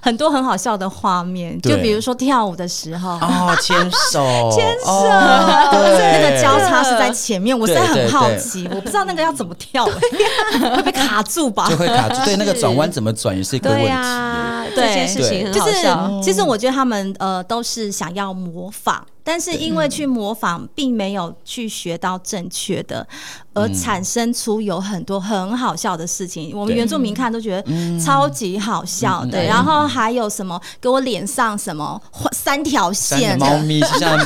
D: 很多很好笑的画面，就
C: 对
D: 比如说跳舞的时候。
C: 哦，牵手，牵手，
D: 那
C: 对，
D: 个交叉是在前面，我实在
C: 对
D: 很
C: 对
D: 好
C: 对
D: 奇，我不知道那个要怎么跳， 会被卡住吧
C: 就？会卡住，对，那个
B: 是
C: 转弯怎么转也是一个问
B: 对
C: 题。
B: 呀、这件事情很
D: 就
B: 好
D: 是
B: 笑。
D: 其实我觉得他们呃都是想要模仿，但是因为去模仿并没有去学到正确的，而产生出有很多很好笑的事情。我们
C: 对
D: 原住民看都觉得超级好笑的，
C: 嗯嗯
D: 然后还有什么给我脸上什么画三条
C: 三个
D: 线。
C: 猫咪就像，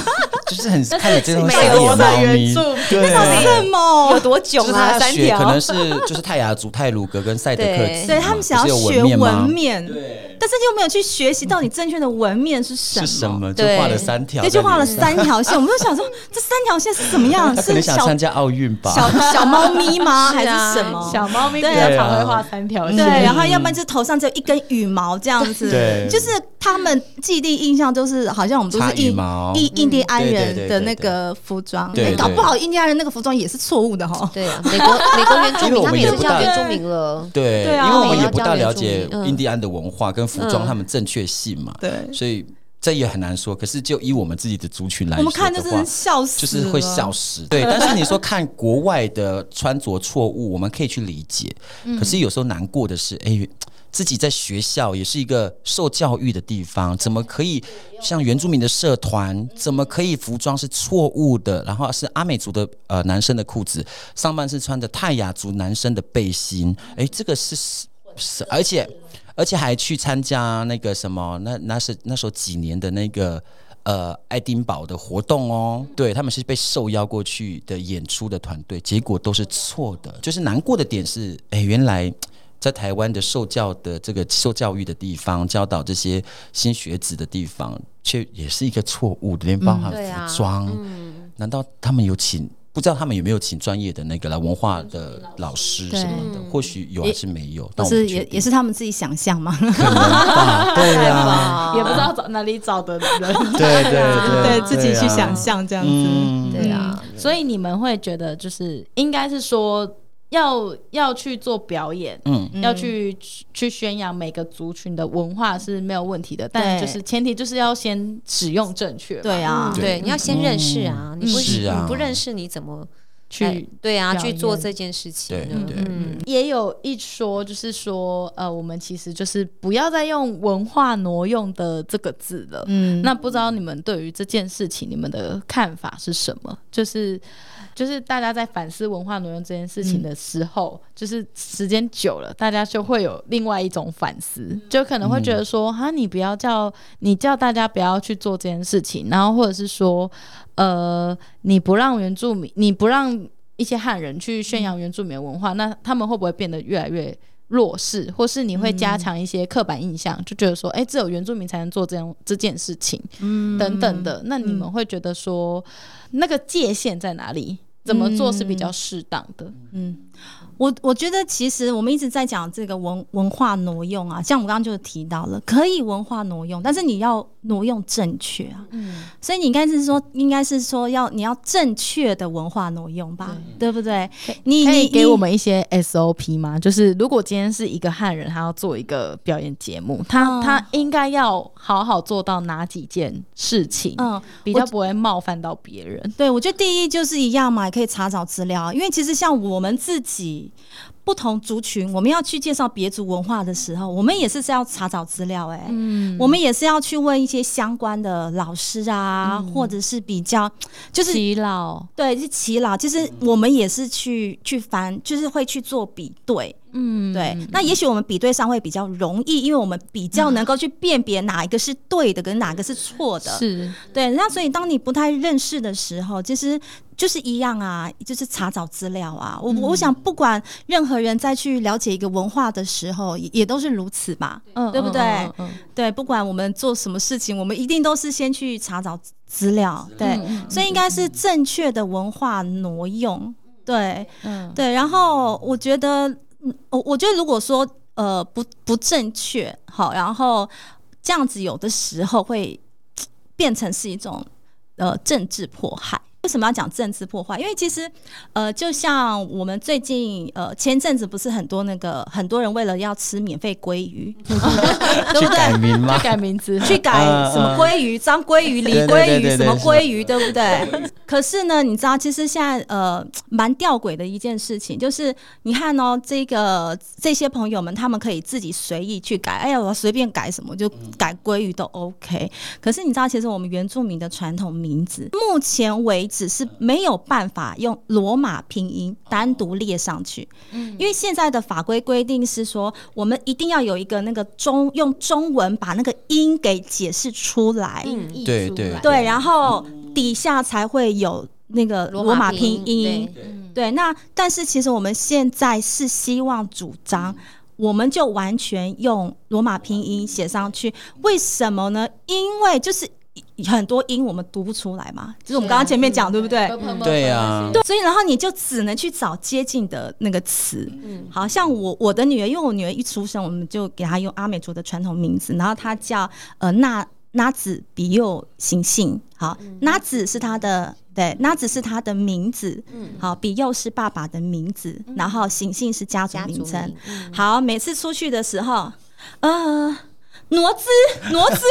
C: 就是很看了这种傻
A: 美
C: 眼
A: 国的
C: 猫咪
A: 原住，
C: 对啊，
D: 什么？
B: 有多
C: 就
B: 囧
C: 是
B: 啊？
C: 他
B: 三
C: 学可
B: 条
C: 能是就是泰雅族、泰鲁格跟赛德克
B: 对
C: 族嘛，
D: 对他们想
C: 不
D: 要
C: 是有
D: 学
C: 面吗
D: 文面，
C: 对，
D: 但是又没有去学习到底正确的文面是什么。
C: 是什么？就
B: 对
C: 画了三条，
D: 对，就画了，三条线，我们就 想说这三条线是什么样？
C: 他可能
D: 是
C: 想
D: 小
C: 参加奥运吧？
D: 小 小猫咪吗？还是
B: 啊
D: 什么？
A: 小猫咪比较
D: 对
A: 常会画三条线，
D: 对，
C: 嗯
D: 然后要不然就头上只有一根羽毛这样子，
C: 对
D: 就是他们既定印象就是好像我们都
C: 插
D: 是
C: 羽
D: 印
C: 毛，
D: 印印第安
C: 嗯对对对
D: 人的
C: 对
D: 那个服装，
C: 对
D: 哎
C: 对
D: 搞不好印第安人那个服装也是错误的哦哈。
B: 对啊，美国美国原住
C: 因为
B: 民
C: 我
B: 他
C: 们
B: 们
C: 也
B: 也是
C: 不
B: 叫
C: 大
B: 原住民了。
C: 对，
D: 对啊
C: 因为我们
B: 也
C: 也
B: 要
C: 不
B: 教
C: 大
B: 原
C: 了
B: 住
C: 解
B: 民嗯
C: 印第安的文化跟服
B: 嗯
C: 装他们正确性嘛，
D: 对，
C: 所以这也很难说。可是就以我们自己的族群来说
D: 我们看
C: 的
D: 就真
C: 话
D: 的，笑死，
C: 就是会笑。死。对，但是你说看国外的穿着错误，我们可以去理解。
D: 嗯
C: 可是有时候难过的是，哎。自己在学校也是一个受教育的地方，怎么可以像原住民的社团，怎么可以服装是错误的？然后是阿美族的呃男生的裤子，上半是穿的泰雅族男生的背心，哎，这个是是，而且而且还去参加那个什么，那那是那时候几年的那个呃爱丁堡的活动哦，对他们是被受邀过去的演出的团队，结果都是错的，就是难过的点是，哎，原来。在台湾的受教的这个受教育的地方，教导这些新学子的地方，却也是一个错误的，连包含
B: 对啊
C: 服装，难道他们有请？不知道他们有没有请专业的那个来文化的老师什么的？或许有还是没有，
D: 不
C: 但我们
D: 是
C: 不确
D: 也
C: 定
D: 也是他们自己想象嘛？
C: 可能啊吧，对呀、
A: 也不知道找哪里找的人。
C: 对对对啊
D: 对自己去想，象这样子。
C: 嗯，
B: 对啊，
A: 所以你们会觉得，就是应该是说要要去做表演，
C: 嗯
A: 要去去宣扬每个族群的文化是没有问题的，但
D: 对
A: 就是前提就是要先使用正确嘛，
D: 对
C: 嗯
D: 啊，嗯
B: 对，你要先认识啊，你不
C: 是啊
B: 你不认识你怎么哎
A: 去。
B: 对啊
A: 表
B: 去做
A: 演
B: 这件事情
C: 对
B: 呢？
C: 对
B: 嗯，
A: 也有一说，就是说，呃，我们其实就是不要再用“文化挪用”的这个字了。
D: 嗯，
A: 那不知道你们对于这件事情，你们的看法是什么？就是就是大家在反思文化挪用这件事情的时候，就是时间久了，大家就会有另外一种反思，就可能会觉得说，哈、你不要叫你叫大家不要去做这件事情，然后或者是说，呃，你不让原住民，你不让一些汉人去
D: 嗯
A: 宣扬原住民的文化，那他们会不会变得越来越弱势，或是你会加
D: 嗯
A: 强一些刻板印象，就觉得说，哎、只有原住民才能做这样这件事情，
D: 嗯
A: 等等的。那你们会觉得说，那个界限在哪里？怎么做是比较适当的？
D: 嗯我我觉得其实我们一直在讲这个文文化挪用啊，像我们刚刚就提到了，可以文化挪用，但是你要挪用正确啊。嗯，所以你应该是说，应该是说要你要正确的文化挪用吧，对不对？你
A: 可
D: 哎你
A: 以给
D: 你
A: 我们一些 SOP 吗？就是如果今天是一个汉人，他要做一个表演节目，他、
D: 嗯
A: 他应该要好好做到哪几件事情，
D: 嗯，
A: 比较不会冒犯到别人？
D: 对，我觉得第一就是一样嘛，也可以查找资料啊，因为其实像我们自己。不同族群，我们要去介绍别族文化的时候，我们也是要查找资料、哎、
A: 嗯
D: 我们也是要去问一些相关的老师啊，
A: 嗯
D: 或者是比较就是
A: 疲劳，
D: 对，是耆老。其实我们也是去去翻，就是会去做比对，
A: 嗯，嗯
D: 对，那也许我们比对上会比较容易，因为我们比较能够去辨别哪一个是对的，跟哪个是错的。
A: 是
D: 对，那所以当你不太认识的时候，其实就是一样啊，就是查找资料啊。我、我想，不管任何人再去了解一个文化的时候，也也都是如此吧，
A: 嗯
D: 对不对？
A: 嗯嗯嗯
D: 对，不管我们做什么事情，我们一定都是先去查找资料，嗯对，所以应该是正确的文化挪用，对，
A: 嗯
D: 对。然后我觉得，嗯我我觉得如果说呃不不正确，好，然后这样子有的时候会嘖变成是一种呃政治迫害。为什么要讲政治破坏？因为其实，呃，就像我们最近，呃，前阵子不是很多那个很多人为了要吃免费鲑鱼， 对
C: 去
D: 不对
C: 改？啊名吗
A: 去？改名字，
D: 去改什么鲑鱼、张鲑鱼、李鲑
C: 对对对对
D: 鱼、什
C: 对
D: 么
C: 是
D: 鲑鱼，对不对？ 可是呢，你知道，其实现在呃，蛮吊诡的一件事情，就是你看哦，这个这些朋友们，他们可以自己随意去改，哎呀，我要随便改什么就
C: 嗯
D: 改鲑鱼都 OK。可是你知道，其实我们原住民的传统名字，目前为止是没有办法用罗马拼音单独列上去。
C: 嗯
D: 因为现在的法规规定是说，我们一定要有一个那个中用中文把那个音给解释出来，
B: 嗯，
C: 对对
D: 对，然后底下才会有那个罗马拼音。
B: 对
D: 对，那但是其实我们现在是希望主张，我们就完全用罗马拼音写上去。为什么呢？因为就是很多音我们读不出来嘛，就是我啊们刚刚前面讲，对不对？
C: 对
B: 啊
C: 啊呀，
D: 对，所以然后你就只能去找接近的那个词。
B: 嗯
D: 好像我我的女儿，因为我女儿一出生，我们就给她用阿美族的传统名字，然后她叫呃那那子比佑行信。好，
B: 嗯
D: 那子是她的。对，那子是她的名字，
B: 嗯
D: 好，比佑是爸爸的名字，然后行信是家族
B: 家族
D: 名称
B: 名。嗯
D: 好，每次出去的时候，呃，挪姿，挪姿，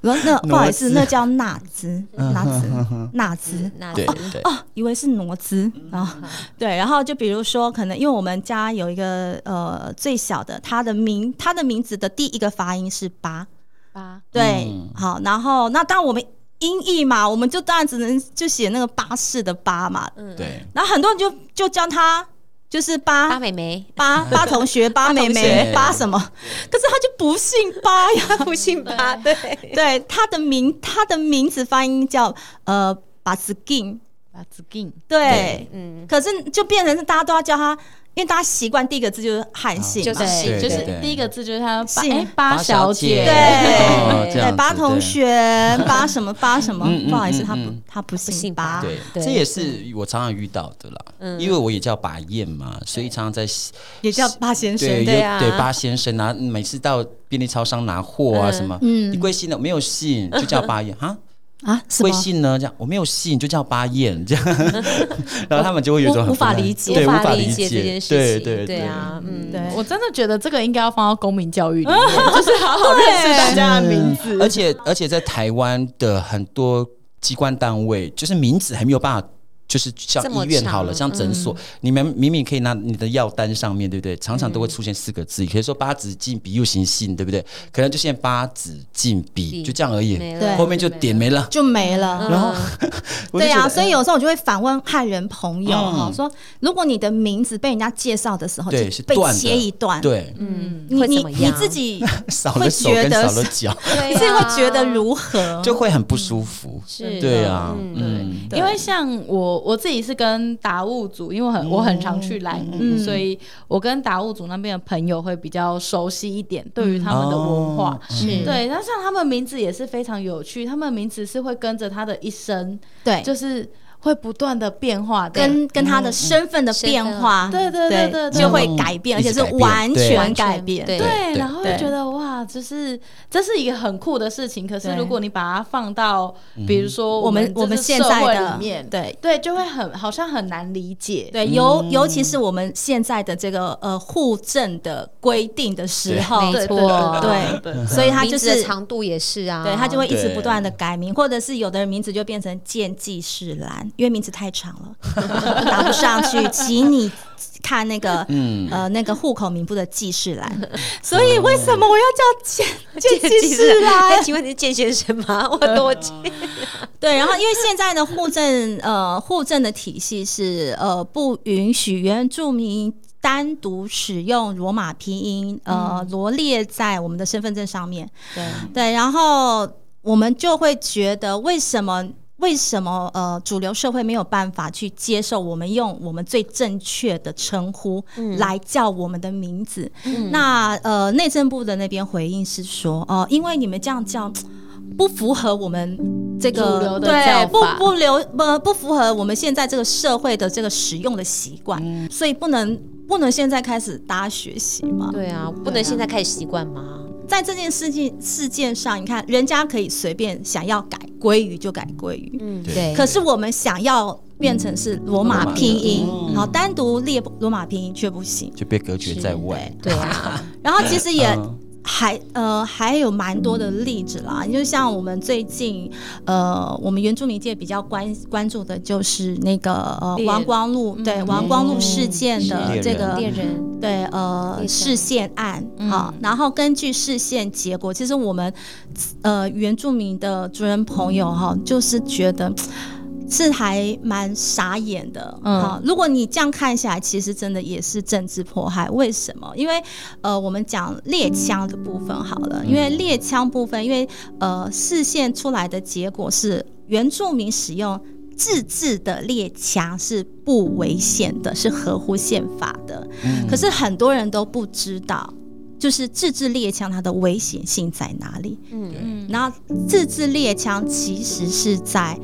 D: 我说那不好意思，
C: 挪姿
D: 那叫纳兹，纳兹，纳兹，
B: 那
C: 对
B: 哦
C: 对，
D: 哦，以为是挪姿啊、对，然后就比如说，可能因为我们家有一个呃最小的，他的名他的名字的第一个发音是八，
A: 八
D: 对，
C: 嗯
D: 好，然后那当然我们音译嘛，我们就当然只能就写那个巴士的巴嘛，
C: 对，
D: 然后很多人就就叫他就是
B: 八
D: 巴
B: 妹妹，
D: 八八同学、八妹妹、
C: 学
D: 八什么，可是他就不姓八呀，他 不姓八，
B: 八对，
D: 对，他的名他的名字发音叫呃巴斯金，
A: 把子进
D: 对
B: 嗯，
D: 可是就变成是大家都要叫他，因为大家习惯第一个字就是汉姓
B: 就
D: 嘛，
B: 是姓
A: 就
C: 对
A: 是
C: 对
A: 第一个字就是他八
D: 姓
A: 哎八
C: 八
A: 小
C: 小姐
D: 对
C: 哦这样
D: 对，
C: 子
D: 八同学，八什么八什么
C: 嗯嗯，
D: 不好意思，
C: 嗯
D: 他不
C: 嗯
D: 他不姓
B: 姓
D: 八，
C: 对，
B: 对
C: 这也是我常常遇到的啦，因为我也叫把燕嘛，所以常常在
D: 也叫八先生，
C: 对
B: 对
C: 有
B: 啊
C: 对八先生啊，每次到便利超商拿货啊什么，你贵姓的没有姓就叫八燕哈。
D: 啊，什么
C: 贵？姓呢？这样我没有姓，就叫八燕这样，然后他们就会有一种
D: 无
C: 很
D: 无法
C: 不耐
D: 理解
C: 对，
B: 无
C: 无
B: 法
C: 法
B: 理
C: 解
B: 解这件事
C: 对
B: 情，
C: 对
B: 对啊，嗯，
D: 对，
A: 我真的觉得这个应该要放到公民教育里面，就是好好认识大家的 名字。
C: 而且而且在台湾的很多机关单位，就是名字还没有办法。就是像
B: 这么
C: 医院好了，
B: 长
C: 像
D: 嗯
C: 诊所，你们明明可以拿你的药单上面，对
D: 嗯
C: 不对？常常都会出现四个字，可以说八子进比右行信，对不对？可能就现在八子进比，
B: 比
C: 就这样而已，
B: 没了嗯
D: 对
C: 后面就点没了。
D: 就没了。
C: 然后，我就
D: 对
C: 觉
D: 啊，
C: 得
D: 所以有时候我就会反问汉人朋友
C: 嗯
D: 哈，说如果你的名字被人家介绍的时候，就
C: 对是
D: 被
C: 断的
D: 切一段，，
C: 对，
B: 嗯，
D: 你
B: 会
D: 你
B: 怎么
D: 你
B: 样？啊
D: 自己
C: 少了手
D: 啊会觉
C: 跟
D: 得嗯
C: 少了脚，
B: 对
D: 你
B: 啊
D: 自己会觉得如何？
C: 就会很不舒服。
B: 是，
C: 对啊，
B: 嗯，
C: 嗯，
D: 对
A: 因为像我我自己是跟达悟组，因为我很、我很常去莱芜，所以我跟达悟组那边的朋友会比较熟悉一点，对于他们的文化。
C: 哦
B: 是
A: 对，那像他们名字也是非常有趣，他们名字是会跟着他的一生，
D: 对，
A: 就是会不断的变化的。
D: 哎跟跟他的身份的
B: 嗯身
D: 变
B: 份
D: 化，
A: 对对对对对
D: 就会改变，
C: 嗯
D: 而且是
C: 一直改变
D: 完
C: 对
D: 全
B: 完全
D: 改变。
B: 对
A: 对，
C: 对
A: 然后就
D: 对
A: 觉得哇，就是这是一个很酷的事情。可是
D: 对
A: 如果你把它放到，比如说
D: 我们
A: 我
D: 我们
A: 这
D: 现
A: 个社
D: 在
A: 会
D: 的
A: 里面，
D: 对
A: 对，就会很好像很难理解。
D: 对，尤尤其是我们现在的这个呃户政的规定的时候，
B: 没
A: 对
B: 错嗯
A: 对对对，
D: 所以他就
B: 名字的
D: 是
B: 长度也是啊，
D: 对 他就会一直
C: 对
D: 不断的改名，或者是有的人名字就变成建记士兰，因为名字太长了， 答不上去，请你看那个
C: 嗯
D: 呃那个户口名簿的记事栏。所以为什么我要叫建 建记士兰
B: 哎，？请问你是健先生吗？ 我多见，
D: 对，啊然后因为现在的户政呃户政的体系是呃不允许原住民单独使用罗马拼音，呃，
A: 嗯
D: 罗列在我们的身份证上面。
A: 对，
D: 对，然后我们就会觉得为什么？为什么呃，主流社会没有办法去接受我们用我们最正确的称呼
B: 嗯
D: 来叫我们的名字？
B: 嗯
D: 那呃，内政部的那边回应是说，哦、因为你们这样叫不符合我们这
A: 主
D: 个
A: 流的叫
D: 对不
A: 法
D: 不流不不符合我们现在这个社会的这个使用的习惯，
A: 嗯
D: 所以不能不能现在开始大家学习嘛。
B: 对啊，不能现在开始习惯吗？
D: 在这件事情事件上，你看人家可以随便想要改鲑鱼就改鲑鱼，
B: 嗯，
C: 对
B: 对。
D: 可是我们想要变成是罗马拼音
C: 罗马，
B: 嗯
D: 然后单独列罗马拼音却不行。
C: 就被隔绝在外。
B: 对啊，
D: 然后其实也
C: 嗯
D: 还呃还有蛮多的例子啦，就像我们最近呃我们原住民界比较关关注的就是那个呃
B: 猎
D: 王光禄
A: 嗯
D: 对王光禄事件的
C: 是
D: 这个
B: 猎人
D: 对，呃
B: 猎，杀
D: 视线案好，然后根据视线结果，其实我们呃原住民的族人朋友哈，就是觉得。是还蛮傻眼的，
A: 嗯
D: 好，如果你这样看下来，其实真的也是政治迫害。为什么？因为呃，我们讲猎枪的部分好了，因为猎枪部分，因为呃，视线出来的结果是原住民使用自制的猎枪是不违宪的，是合乎宪法的。可是很多人都不知道，就是自制猎枪它的危险性在哪里。
A: 嗯，
D: 然后自制猎枪其实是在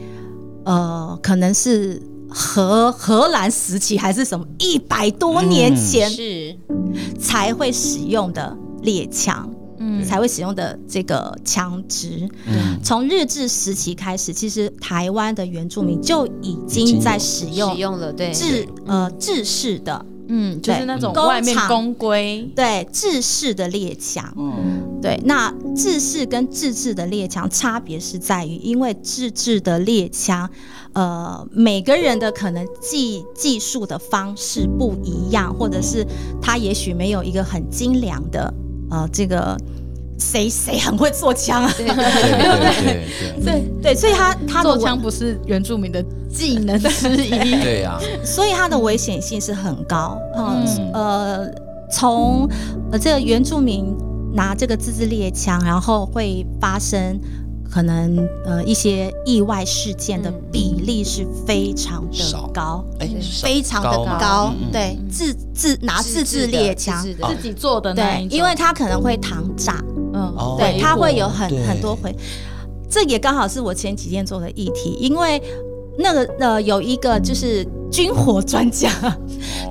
D: 呃，可能是荷荷兰时期还是什么一百多年前
B: 是
D: 才会使用的猎枪。
A: 嗯
D: 才会使用的这个枪支，
C: 嗯
D: 从日治时期开始，其实台湾的原住民就已
C: 已经
D: 经
C: 有
D: 在使
B: 使
D: 用
B: 用了，对，
D: 制呃制式的
A: 嗯，就是
D: 对
A: 那种
D: 工
A: 外面
D: 厂
A: 公规，
D: 对制式的列强，
C: 嗯
D: 对，那自制跟自制的猎枪差别是在于，因为自制的猎枪，呃，每个人的可能技技术的方式不一样，或者是他也许没有一个很精良的，呃，这个谁谁很会做枪啊，
B: 对
C: 对对 对
D: 对对，所以他他的
A: 做
D: 危
A: 枪不是原住民的技能之
C: 对
A: 一。
C: 对啊呀，
D: 所以它的危险性是很高。嗯
A: 嗯
D: 呃，从呃这个原住民拿这个自制猎枪，然后会发生可能呃一些意外事件的
B: 嗯
D: 比例是非常
C: 少
D: 的高，
C: 哎，
D: 非常的
C: 嘛
D: 高
C: 嗯。嗯
D: 对，自自拿自制猎枪
B: 自。制的
C: 哦
A: 自己做的那
D: 对
A: 一，种，
D: 因为它可能会糖炸，
A: 嗯
C: 哦
D: 对，它会有很
C: 对
D: 很多回。这也刚好是我前几天做的议题，因为那个呃有一个就是军火专家，
C: 哦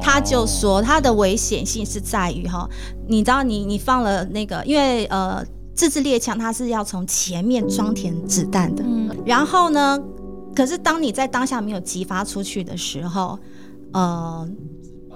D: 他就说它的危险性是在于哈，你知道你你放了那个，因为呃自制猎枪它是要从前面装填子弹的，
A: 嗯
D: 然后呢，可是当你在当下没有激发出去的时候，呃。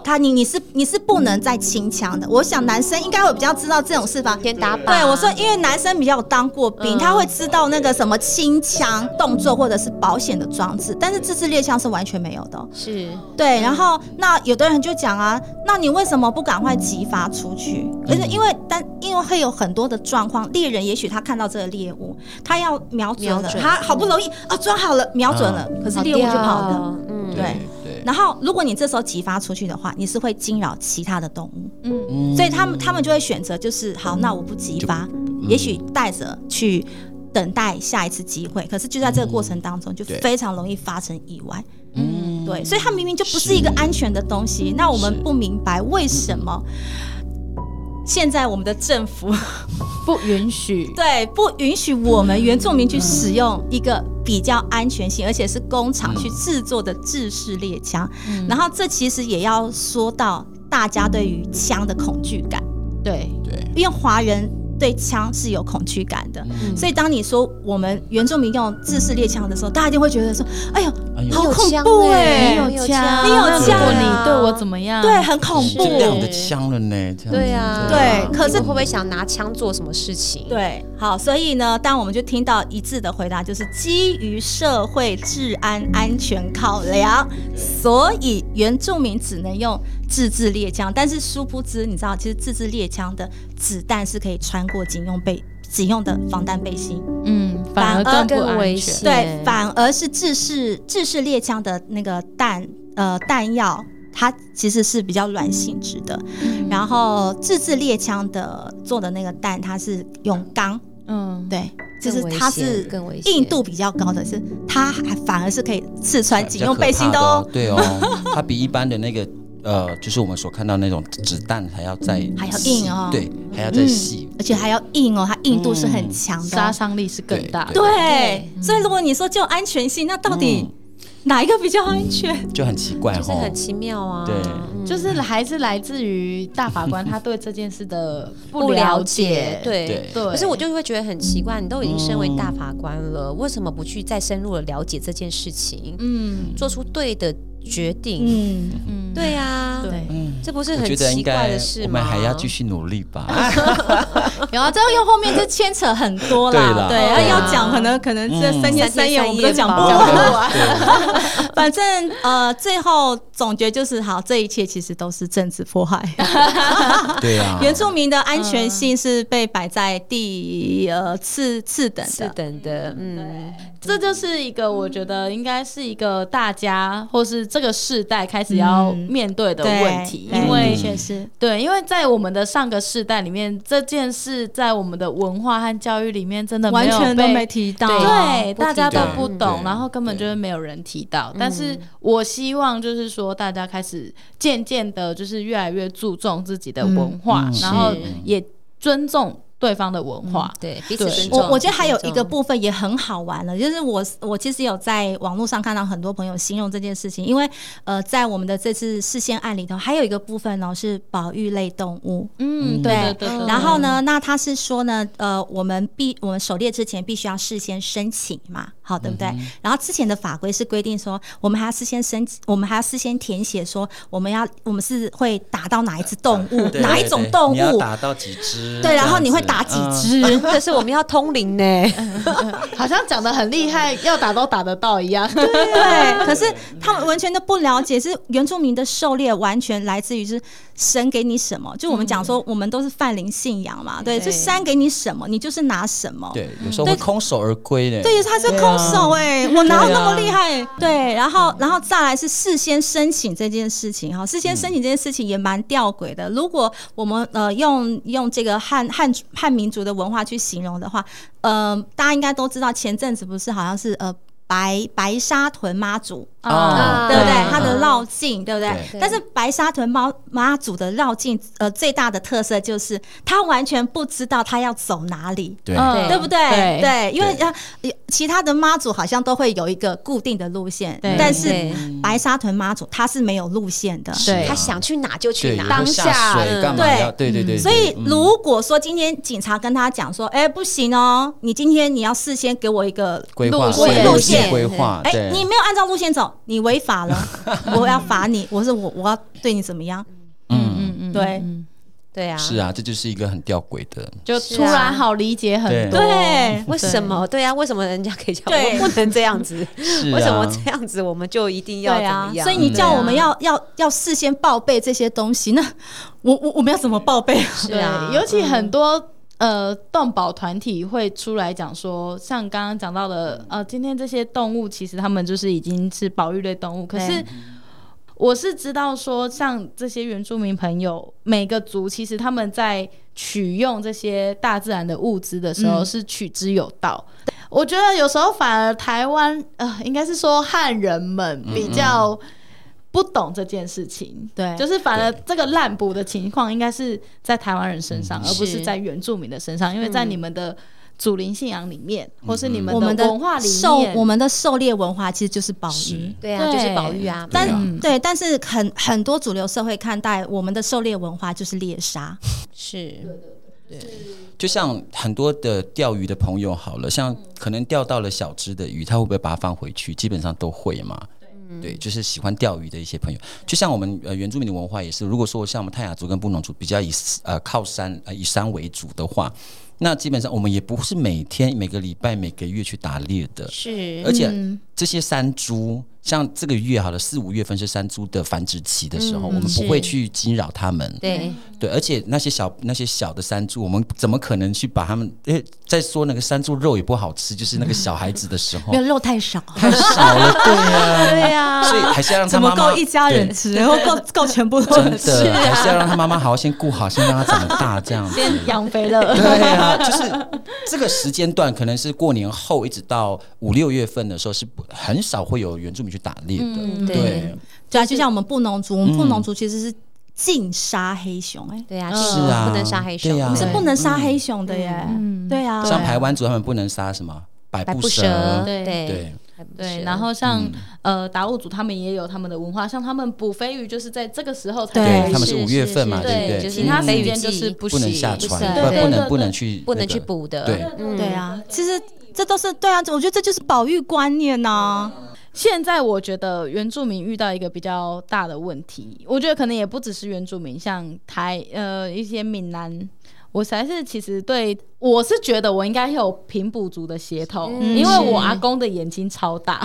D: 他你你是你是不能再清枪的，我想男生应该会比较知道这种事吧？
B: 天打靶。
D: 对，我说，因为男生比较有当过
B: 嗯
D: 兵，他会知道那个什么轻枪动作或者是保险的装置，但是自制猎枪是完全没有的哦。
B: 是
D: 对，然后那有的人就讲啊，那你为什么不赶快激发出去？而且因为但因为会有很多的状况，猎人也许他看到这个猎物，他要瞄准了，
B: 瞄准
D: 他好不容易啊装好了，瞄准了，可是猎物就跑了。，
B: 嗯，
D: 对
C: 对，
D: 然后，如果你这时候激发出去的话，你是会惊扰其他的动物。
A: 嗯，
C: 嗯
D: 所以他们他们就会选择就是好，那我不急发，也许带着去等待下一次机会。可是就在这个过程当中，就
C: 对
D: 非常容易发生意外。
C: 嗯
D: 对，所以它明明就不是一个
C: 是
D: 安全的东西。那我
C: 是
D: 们不明白为什么现在我们的政府
A: 不允许。
D: 对不允许我们原住民去使用一个比较安全性，而且是工厂去制作的制式猎枪。然后这其实也要说到大家对于枪的恐惧感。
A: 对，
C: 对
D: 因为华人对枪是有恐惧感的，所以当你说我们原住民用自式猎枪的时候，大家一定会觉得说：“哎呦，
C: 哎呦
D: 好
B: 有
D: 恐
B: 枪
D: 怖
B: 欸
D: 哎、
B: 有枪
D: 你有
A: 那
D: 枪
A: 如果
B: 啊
A: 你对我怎么样？
D: 对，很恐
C: 是
D: 怖，
C: 这样的枪了呢，这样子
B: 对啊，
D: 对可
B: 你
D: 是
B: 们会不会想拿枪做什么事情？，
D: 对，好，所以呢，当我们就听到一致的回答，就是基于社会治安安全考量，所以原住民只能用自制猎枪。但是殊不知，你知道，其实自制猎枪的子弹是可以穿过警用背警用的防弹背心。
A: 嗯，反而
D: 反而
A: 更不
B: 更危
A: 安
B: 险
A: 全。
D: 对，反而是制式制式猎枪的那个弹呃弹药它其实是比较软性质的。然后自制猎枪的做的那个弹，它是用钢，
B: 嗯，
D: 对，就是
B: 更危
D: 它
B: 险
D: 是
B: 更危险
D: 硬度比较高的是，它还反而是可以刺穿
C: 比
D: 警
C: 较
D: 用
C: 可
D: 背
C: 怕
D: 心
C: 的
D: 的
C: 哦
D: 哦。，
C: 对哦， 它比一般的那个呃，就是我们所看到那种子弹还要再
D: 还要
C: 细
D: 硬哦
C: 对，还要再细。
D: 而且还要硬哦，它硬度是很强的哦、
A: 杀伤力是更大的。
C: 对
D: 对，嗯所以如果你说就安全性，那到底 哪一个比较安全？
C: 就很奇怪哦
B: 就是
C: 哈
B: 很。奇妙啊。
C: 对
B: 嗯
A: 就是还是来自于大法官他对这件事的
B: 不了
A: 了
B: 解，对。
C: 对
A: 对，
B: 可是我就会觉得很奇怪，你都已经身为大法官了，为什么不去再深入的了解这件事情，
A: 嗯
B: 做出对的决定？
D: 嗯，
A: 嗯
B: 对呀，
A: 对，
B: 这不是
C: 我
B: 很
C: 觉得应
B: 奇怪
C: 该
B: 的事
C: 我
B: 吗？
C: 们
D: 啊
C: 还要继续努力 吧。
D: 有啊，这又后面就牵扯很多
C: 对啦
D: 啦，对，
C: 对
D: 啊
C: 啊
D: 要讲可能可能这
C: 嗯
D: 三天三夜我们都讲不
B: 三天
D: 完。啊
C: 对
D: 反正呃，最后总结就是，好，这一切其实都是政治迫害。
C: 对啊，
D: 原住民的安全性是被摆在第呃次次等
B: 次
D: 的，
B: 等的，嗯，
A: 这就是一个我觉得应该是一个大家或是这个世代开始要
D: 嗯
A: 面对的
D: 对
A: 问题，
D: 对
A: 因为
D: 的确是
A: 对，因为在我们的上个世代里面，这件事在我们的文化和教育里面真的没
D: 完
A: 有
D: 全都
A: 被
D: 没提到。
A: 对，
B: 不
A: 大
B: 提
A: 家都
C: 到
A: 不嗯
C: 嗯
A: 懂，
C: 对
A: 然后根本
C: 对
A: 就是没有人提到。但是我希望就是说，大家开始渐渐的，就是越来越注重自己的文化，
C: 嗯
A: 然后
B: 是
A: 也尊重对方的文化。
B: 对，彼此
A: 对
B: 尊重。
D: 我我觉得还有一
B: 尊
D: 个
B: 重
D: 部分也很好玩了，就是我我其实有在网络上看到很多朋友形容这件事情，因为呃，在我们的这次事件案里头，还有一个部分呢、哦是保育类动物，
A: 嗯，对对对对对
D: 然后呢，那他是说呢，呃，我们必我们狩猎之前必须要事先申请嘛，好，对不
C: 嗯
D: 对？然后之前的法规是规定说，我们还要事先申，我们还要事先填写说，我们要我们是会打到哪一只动物，
C: 对
D: 哪一
C: 对
D: 种
C: 对
D: 动
C: 你要
D: 物，
C: 打到几只？
D: 对，然
C: 这
D: 后
C: 样
D: 你会
C: 子
D: 打几
C: 嗯
D: 只。
B: 但是我们要通灵呢，
A: 好像讲的很厉害，要打都打得到一样。
D: 对，可是他们完全都不了解，是原住民的狩猎完全来自于是神给你什么，就我们讲
C: 嗯
D: 说，我们都是泛灵信仰嘛，对，
B: 对
D: 就山给你什么，你就是拿什么。
C: 对，有时候会空手而归的。
D: 对，他是空手哎、我哪有那么厉害？对，然后然后再来是事先申请这件事情哈，事先申请这件事情也蛮吊诡的。如果我们呃用用这个汉汉汉民族的文化去形容的话，呃，大家应该都知道，前阵子不是好像是呃。白白沙屯妈祖，
C: 啊，
D: 对不对？它
C: 他
D: 的绕境，对不对？
B: 对
D: 但是白沙屯妈妈祖的绕境，呃，最大的特色就是他完全不知道他要走哪里，
C: 对
A: 嗯
D: 对不对？
A: 对
D: 对，因为
C: 对
D: 呃，其他的妈祖好像都会有一个固定的路线，
A: 对
D: 但是
B: 对
D: 白沙屯妈祖它是没有路线的。
A: 对
B: 他想去哪就去
C: 啊对，
B: 哪，
C: 有时候下水干嘛
D: 嗯对
C: 要？对对对，嗯
D: 所以，
C: 对
D: 如果说今天警察跟他讲说，哎，不行哦，你今天你要事先给我一个
C: 规划
D: 路线
C: 路
D: 路线
C: 规划，
D: 哎、
C: 对
D: 你没有按照路线走，你违法了，我要罚你，我是我我要对你怎么样？
C: 嗯，
A: 嗯
D: 对
B: 对啊，
C: 是啊，这就是一个很吊诡的，
D: 嗯
A: 就是
B: 啊
A: 突然好理解很多。
D: 对，
B: 为什么？对啊，为什么人家可以这样，
D: 对
B: 我们不能这样子？
C: 是啊，
B: 为什么这样子我们就一定要
D: 对
B: 怎
D: 啊
B: 么，样？
D: 所以你叫我们要、要要事先报备这些东西，那我我我们要怎么报备？
B: 是
A: 对
B: 啊，
A: 尤其很多。呃，动保团体会出来讲说，像刚刚讲到的，
B: 嗯
A: 呃，今天这些动物其实他们就是已经是保育类动物，可是
D: 对
A: 我是知道说，像这些原住民朋友，每个族其实他们在取用这些大自然的物资的时候
D: 嗯
A: 是取之有道。我觉得有时候反而台湾，呃，应该是说汉人们比较不懂这件事情，
D: 对
A: 就是反而这个滥捕的情况应该是在台湾人身上，而不是
B: 是
A: 在原住民的身上，因为在你们的祖灵信仰里面，或是你
D: 我
A: 们
D: 们的
A: 文化里
D: 狩
A: 面，
D: 我们的狩猎文化其实就是保育
C: 是。
B: 对啊，就是保育啊，
D: 但
C: 对啊
D: 对，但是很很多主流社会看待我们的狩猎文化就是猎杀，
B: 是
C: 就像很多的钓鱼的朋友好了，像可能钓到了小只的鱼，他会不会把它放回去？基本上都会嘛。
B: 嗯
C: 对，就是喜欢钓鱼的一些朋友，就像我们呃原住民的文化也是，如果说像我们泰雅族跟布农族比较以呃靠山呃以山为主的话，那基本上我们也不是每天每个礼拜每个月去打猎的，
D: 嗯
B: 是
C: 而且这些山猪像这个月好了，四五月份是山猪的繁殖期的时候，
B: 嗯
C: 我们不会
B: 是
C: 去惊扰它们。
D: 嗯
B: 对，
C: 对，而且那些小那些小的山猪，我们怎么可能去把它们？因为再说那个山猪肉也不好吃，就是那个小孩子的时候
D: 没有肉太少，
C: 太少了，对呀、
D: 对啊 呀，
C: 所以还是要让他
D: 怎么
C: 妈妈
D: 够一家人 吃，然后够够全 部都
C: 真
D: 人吃
C: 的，还是要让他妈妈好好先顾好，先让他长大这样子。
A: 先养肥 了。
C: 对啊，就是这个时间段，可能是过年后一直到五六月份的时候，是不很少会有原住民去打猎的。
B: 嗯，对
C: 对，，
D: 对啊，就像我们布农族，我们布
C: 嗯
D: 农族其实是禁杀黑熊，哎，
B: 对啊，
A: 嗯
B: 就是
C: 啊
B: 不能杀黑
C: 对
B: 熊，
C: 啊
D: 我们是
A: 对
D: 不能杀黑熊的耶，
A: 嗯
D: 对啊，
C: 像台湾族他们不能杀什么百
B: 百
C: 步
B: 步
C: 蛇，
A: 对
B: 对
C: 对，
B: 百步
A: 对，
B: 蛇
A: 然后像、
C: 嗯
A: 呃达悟族他们也有他们的文化，像他们捕飞鱼就是在这个时候才
D: 对
A: 开始
C: 他们是五月份嘛，
B: 是
C: 对
B: 对
C: 不对？
B: 就是
A: 其他
C: 嗯
A: 时
B: 飞
A: 间就是
B: 嗯
A: 不
C: 不能
A: 行
C: 下
B: 不
C: 船，
B: 行
C: 不
A: 对
C: 不
A: 对
C: 能不
A: 对
C: 能去
B: 不能
C: 那个
B: 去捕的，
C: 对
B: 嗯
D: 对，啊，其实这都是对啊，我觉得这就是保育观念呐、
A: 现在我觉得原住民遇到一个比较大的问题，我觉得可能也不只是原住民，像台呃一些闽南，我才是其实对我是觉得我应该有平埔族的血统，
B: 嗯
A: 因为我阿公的眼睛超 大，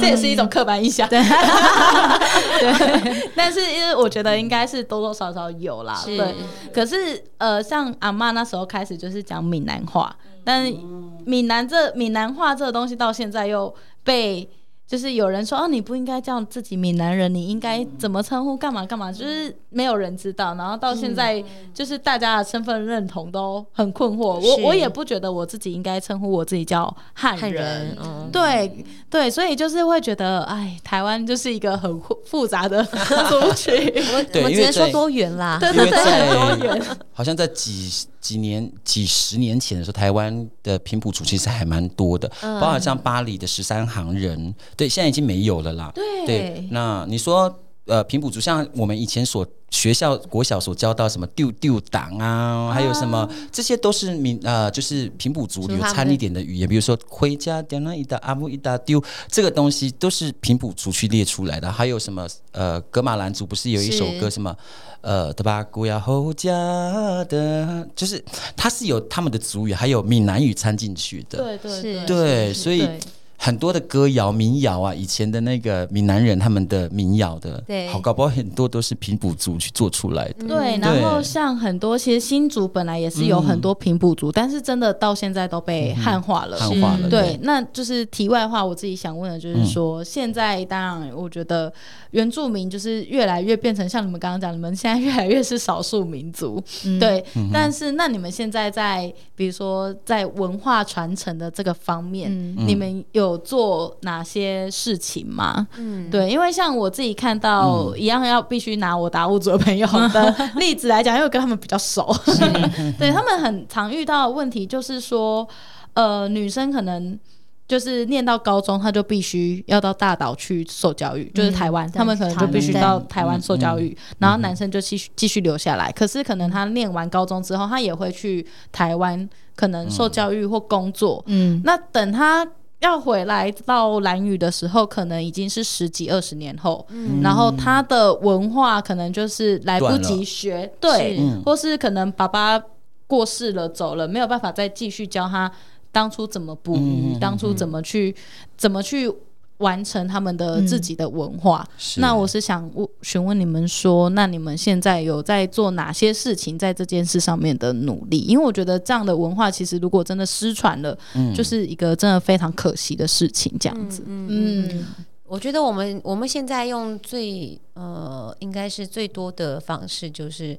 A: 这也是一种刻板印象。对， 但是因为我觉得应该是多多少少有啦，
B: 是
A: 对。可是呃，像阿嬷那时候开始就是讲闽南话，但
B: 嗯
A: 闽南这闽南话这个东西到现在又被就是有人说哦，你不应该叫自己闽南人，你应该怎么称呼，干嘛干嘛，就是没有人知道。然后到现在，就是大家的身份认同都很困惑。我
B: 是
A: 我也不觉得我自己应该称呼我自己叫汉
B: 汉
A: 人
B: 人，。嗯，
A: 对对，所以就是会觉得，哎，台湾就是一个很复复杂的 族群。
C: 对
B: 我
C: 因
B: 只
C: 为
B: 能说
C: 在
B: 多元啦，
A: 对
C: 因为
A: 对很多
C: 在
A: 元
C: 好像在几几年、几十年前的时候，台湾的平埔族其实还蛮多的，包括像巴黎的十三行人，对，现在已经没有了啦。
A: 对
C: 那你说。呃，平埔族像我们以前所学校国小所教到什么丢丢党啊，还有什么，这些都是民呃，就是平埔
B: 就
C: 族
B: 是
C: 有
B: 他们
C: 掺一点的语言，比如说回家点那一打阿木一打丢，这个东西都是平埔族去列出来的。还有什么呃，格马兰族不是有一首
B: 是
C: 歌什么呃，德巴古呀后家的，就是它是有他们的族语，还有闽南语掺进去的。
A: 对对
B: 是
A: 对
C: 对，所以
A: 对
C: 很多的歌谣、民谣啊，以前的那个闽南人他们的民谣的，
B: 对
C: 好搞不好很多都是平埔族去做出来的。
A: 对，然后像很多其实新竹本来也是有很多平埔族，但是真的到现在都被汉化了。
C: 嗯汉化了，
A: 对，，那就是题外话，我自己想问的就是说，现在当然我觉得原住民就是越来越变成像你们刚刚讲，你们现在越来越是少数民族，
C: 嗯
A: 对。但是那你们现在在比如说在文化传承的这个方面，
C: 嗯
A: 你们有做哪些事情吗？嗯，对，因为像我自己看到一样要必须拿我达悟族的朋友的例子来讲，因为我跟他们比较熟， 对他们很常遇到的问题就是说，呃，女生可能。就是念到高中，她就必须要到大岛去受教育，就是台湾，嗯他们可能就必须到台湾受教育，然后男生就继续继续留下来。可是可能他念完高中之后，他也会去台湾，可能受教育或工作。
D: 嗯，
A: 那等他要回来到蓝屿的时候，可能已经是十几二十年后，然后他的文化可能就是来不及学，对，
C: 嗯
A: 或是可能爸爸过世了走了，没有办法再继续教他当初怎么捕鱼，
C: 嗯
A: 当初怎么去、怎么去完成他们的自己的文化。
C: 嗯是
A: 那我是想问询问你们说，那你们现在有在做哪些事情在这件事上面的努力？因为我觉得这样的文化其实如果真的失传了，
C: 嗯
A: 就是一个真的非常可惜的事情。这样子，嗯
B: 我觉得我们我们现在用最呃，应该是最多的方式就是。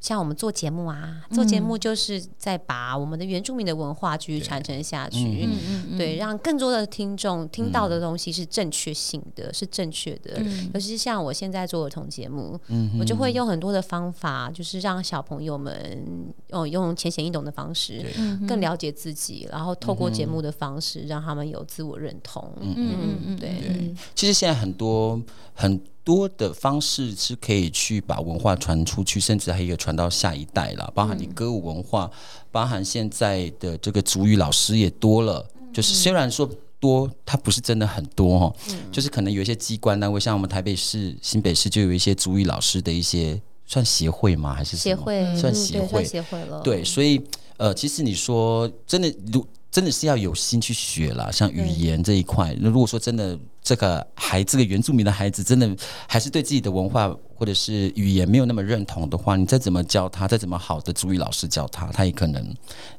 B: 像我们做节目啊，
C: 嗯
B: 做节目就是在把我们的原住民的文化继续传承下去，
C: 嗯
A: 嗯
B: 对，让更多的听众听到的东西是正确性的，
C: 嗯
B: 是正确的。尤其是像我现在做儿童节目，
C: 嗯
B: 我就会用很多的方法，就是让小朋友们哦用浅显易懂的方式
C: 对，嗯
B: 更了解自己，然后透过节目的方式，让他们有自我认同。
A: 嗯嗯
B: 对。
C: 其实现在很多很多的方式是可以去把文化传出去，甚至还有传到下一代
B: 嗯
C: 啦，包含你歌舞文化，包含现在的这个主语老师也多了，
B: 嗯
C: 就是虽然说。多，它不是真的很多哦，
B: 嗯
C: 就是可能有一些机关单位，像我们台北市、新北市就有一些主语老师的一些算协会吗？还是什
B: 协
C: 么
B: 会
C: 算
B: 嗯
C: 协
B: 对
C: 会
B: 算协会了，
C: 对，所以呃，其实你说真的，如真的是要有心去学啦，像语言这一块。那如果说真的这个孩这个原住民的孩子真的还是对自己的文化或者是语言没有那么认同的话，你再怎么教他，再怎么好的主语老师教他，他也可能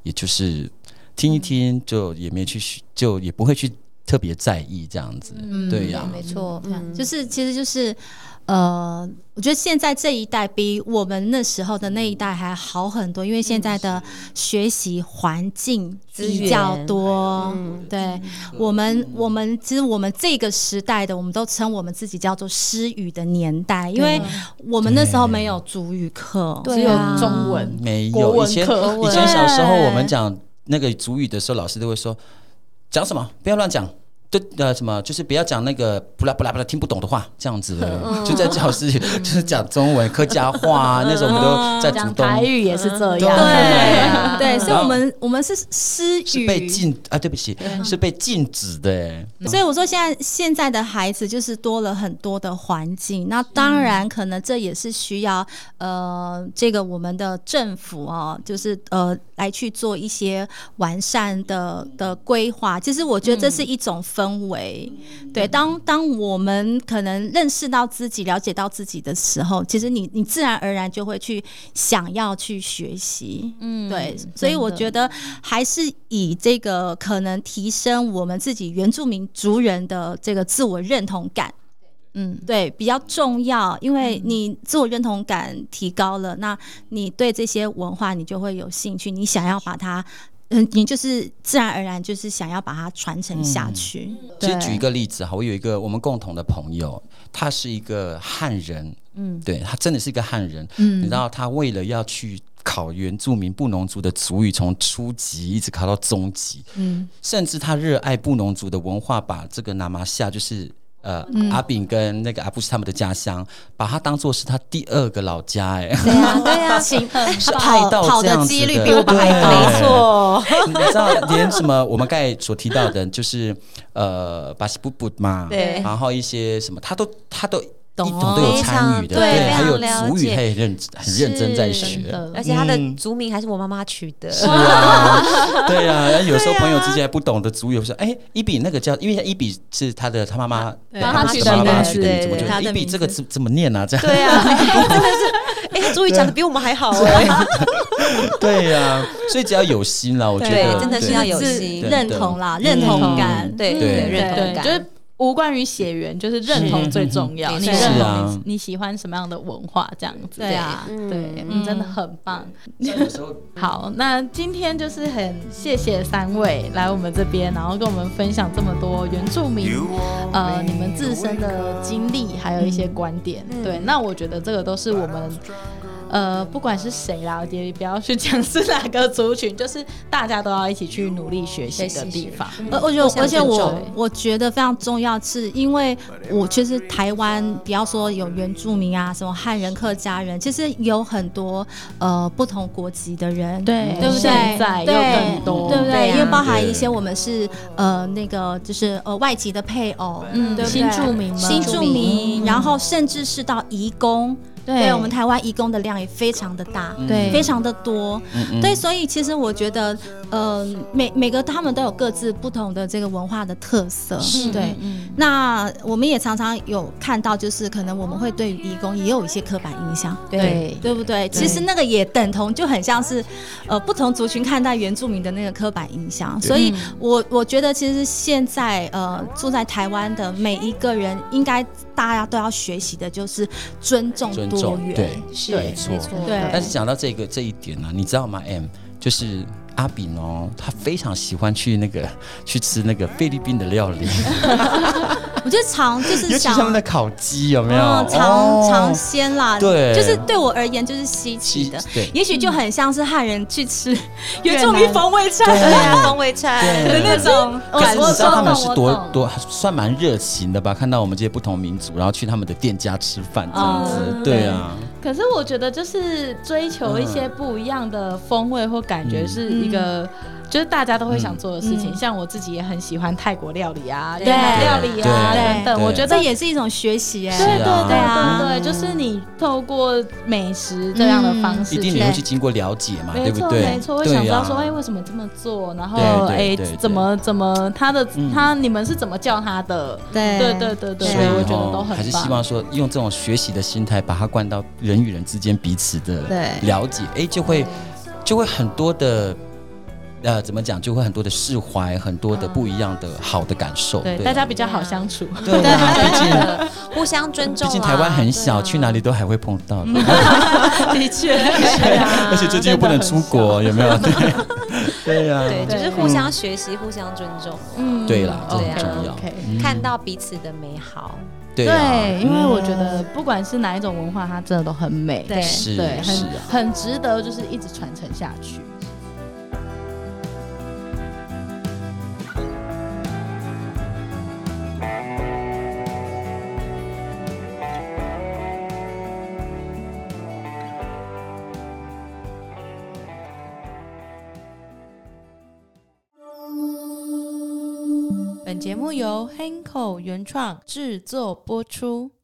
C: 也就是听一听，就也没去学，就也不会去特别在意这样子。对呀、
B: 没错，嗯，
D: 就是其实就是，呃，我觉得现在这一代比我们那时候的那一代还好很多，因为现在的学习环境
B: 嗯资源
D: 比较多。
B: 嗯
D: 对我们，我们其实我们这个时代的，我们都称我们自己叫做失语的年代，因为我们那时候没有主语课，
A: 只有中文，
C: 没
A: 国
C: 有，
A: 文
C: 以前
A: 课
C: 以前小时候
D: 对
C: 我们讲那个主语的时候，老师都会说讲什么，不要乱讲。对，呃，什么就是不要讲那个不啦不啦不啦听不懂的话，这样子的，
A: 嗯
C: 就在教 室里就是讲中文、客家话啊。那时候我们都在
A: 讲
C: 主
A: 台
C: 动
A: 语也是这
C: 对啊
A: 样。
B: 啊
D: 对对，所以
C: 然后
D: 我们我们是失
C: 是
D: 语，
C: 被禁啊，对不起，是被禁止的欸。
D: 所以我说，现在现在的孩子就是多了很多的环境，那当然可能这也是需要呃，这个我们的政府哦，就是呃来去做一些完善的的规划。其实我觉得这是一种氛围，对。当当我们可能认识到自己、了解到自己的时候，其实你你自然而然就会去想要去学习，嗯，对。所以我觉得还是以这个可能提升我们自己原住民族人的这个自我认同感。嗯，对，嗯比较重要，因为你自我认同感提高了，那你对这些文化你就会有兴趣，你想要把它，嗯，你就是自然而然就是想要把它传承下去。
C: 其
D: 对
C: 实举一个例子哈，我有一个我们共同的朋友，他是一个汉人，嗯，对他真的是一个汉人，嗯，你知道他为了要去考原住民布农族的族语，从初级一直考到中级，嗯，甚至他热爱布农族的文化，把这个拿马夏就是。呃，阿炳跟那个阿布是他们的家乡，把它当做是他第二个老家、哎，
D: 对啊，对啊，行，跑
C: 到
D: 跑
C: 这样
D: 的
C: 子
D: 几率
C: 的
D: 比我们还高，
C: 对
D: 错。
C: 你知道连什么我们刚才所提到的，就是呃巴西布布嘛，
B: 对
C: 然后一些什么，他都他都
D: 懂
C: 一同都有参与的，
B: 非常对
C: 还有
B: 非常了
C: 主语
B: 解
C: 他也认很认真在
B: 是
C: 学。
A: 的
B: 而且他的
C: 嗯
B: 族名还是我妈妈取的，
C: 对啊，对啊，然后有时候朋友之间还不懂的主语，我说：“哎，伊比那个叫，因为伊比是他的他妈妈，
A: 对
C: 他
A: 帮他
C: 的
A: 取
C: 妈
A: 的
C: 妈
A: 名
B: 字
C: 取的名字，
B: 对
C: 我觉
D: 他
C: 得
D: 的
C: 伊比
D: 名
C: 这个怎怎么念啊？这样
B: 对啊，哎真的是，哎、他主语讲的比我们还好哦、
C: 对呀，所以只要有心啦，我觉
B: 对
C: 得
B: 真的是
C: 对
B: 要有
D: 自
B: 心
D: 认同啦，
C: 嗯
D: 认同感，
B: 对
C: 对
B: 认同
A: 对，
B: 感，
A: 就是无关于血缘，就是认同最重要。
B: 是
A: 你
B: 嗯
A: 认
B: 是
C: 啊
A: 同你你喜欢什么样的文化，这样子。
D: 对啊
A: 对
B: 嗯
A: 对，
B: 嗯
A: 嗯真的很棒。
C: 有时候
A: 好，那今天就是很谢谢三位来我们这边，然后跟我们分享这么多原住民，呃，你们自身的经历，还有一些观点。对，那我觉得这个都是我们。呃，不管是谁啦，也不要去讲是哪个族群，就是大家都要一起去努力学习的地方。
D: 而而且我而且我
A: 嗯对
D: 我觉得非常重要，是因为我其实台湾不要说有原住民啊，什么汉人、客家人，其实有很多呃不同国籍的人，
A: 对
D: 对不对？
A: 现在
D: 对
A: 又更多
D: 对不
A: 对
D: 对？
A: 啊
D: 因为包含一些我们是呃那个就是呃外籍的配偶，
A: 嗯
D: 对不对
A: 新住民们
D: 新住民，然后甚至是到移工，对我们台湾移工的量也非常的大，
A: 对
D: 非常的多。
C: 嗯
D: 对，所以其实我觉得，呃，每每个他们都有各自不同的这个文化的特色，对。
A: 嗯
D: 那我们也常常有看到，就是可能我们会对于义工也有一些刻板印象，
A: 对
D: 对不对？其实那个也等同，就很像是，呃，不同族群看待原住民的那个刻板印象。所以
C: 嗯
D: 我我觉得，其实现在呃，住在台湾的每一个人，应该大家都要学习的就是尊重
C: 尊
D: 多
C: 重，
D: 元，
C: 对，
B: 是
C: 没错
B: 没错，
D: 对
C: 但是讲到这个这一点呢、你知道吗？M 就是阿炳哦，他非常喜欢去那个去吃那个菲律宾的料理，
D: 我觉得常就是
C: 尤其
D: 想
C: 他们的烤鸡有哦没有？
D: 嗯，尝尝鲜啦，
C: 对
D: 就是对我而言就是稀奇
C: 鸡
D: 的，
C: 对
D: 也许就很像是汉人去吃
A: 嗯
D: 原住民风味菜的
B: 风味菜，
D: 那种
C: 啊可是
D: 感
C: 你知
D: 受。
C: 道他们
A: 我
C: 是
A: 懂
C: 多
A: 我懂
C: 多算蛮热情的吧？看到我们这些不同民族，然后去他们的店家吃饭这样子，
A: 嗯
C: 对啊，
A: 可是我觉得，就是追求一些不一样的风味或感觉，是一个、就是大家都会想做的事情。像我自己也很喜欢泰国料理啊、越南料理
C: 对
A: 啊
D: 对
A: 等等，我觉得
D: 这也是一种学习哎、
A: 对对对
D: 对啊
A: 对对，就是你透过美食这样的方式
C: 一
A: 去，
C: 定你会去经过了解嘛，对
A: 没
C: 不
A: 错
C: 对？
A: 没错，会
C: 对
A: 想知道
C: 啊
A: 说，哎，为什么这么做？然后
C: 对对
A: 哎
C: 对对，
A: 怎么怎么他的
C: 嗯
A: 他你们是怎么叫他的？
D: 对
A: 对对对对，
C: 所以
A: 我觉得都
C: 哦，
A: 很棒。
C: 还是希望说用这种学习的心态，把它灌到人与人之间彼此的
D: 对
C: 了解，哎，就会就会很多的。呃，怎么讲就会很多的释怀，很多的不一样的好的感受。
A: 嗯对
C: 啊
A: 大家比较好相处。
C: 对啊，毕竟
B: 互相尊重啦。
C: 毕竟台湾很
B: 对
C: 小，
B: 啊
C: 去哪里都还会碰到的，
A: 嗯的确，
B: 啊
C: 而且最近又不能出 国，有没有？对，对呀、
B: 对，就是
A: 对
B: 互相学习、互相尊重，
A: 嗯
C: 对啦，这
B: 对
C: 很
B: 啊
C: 重要。
A: OK
C: 嗯
B: 看到彼此的美好。
C: 对
A: 对，
C: 啊，
A: 因为我觉得不管是哪一种文化，它真的都很美，
B: 对
C: 是
A: 对，
C: 是
A: 很
C: 啊
A: 很值得，就是一直传承下去。本节目由 Hanko 原创制作播出。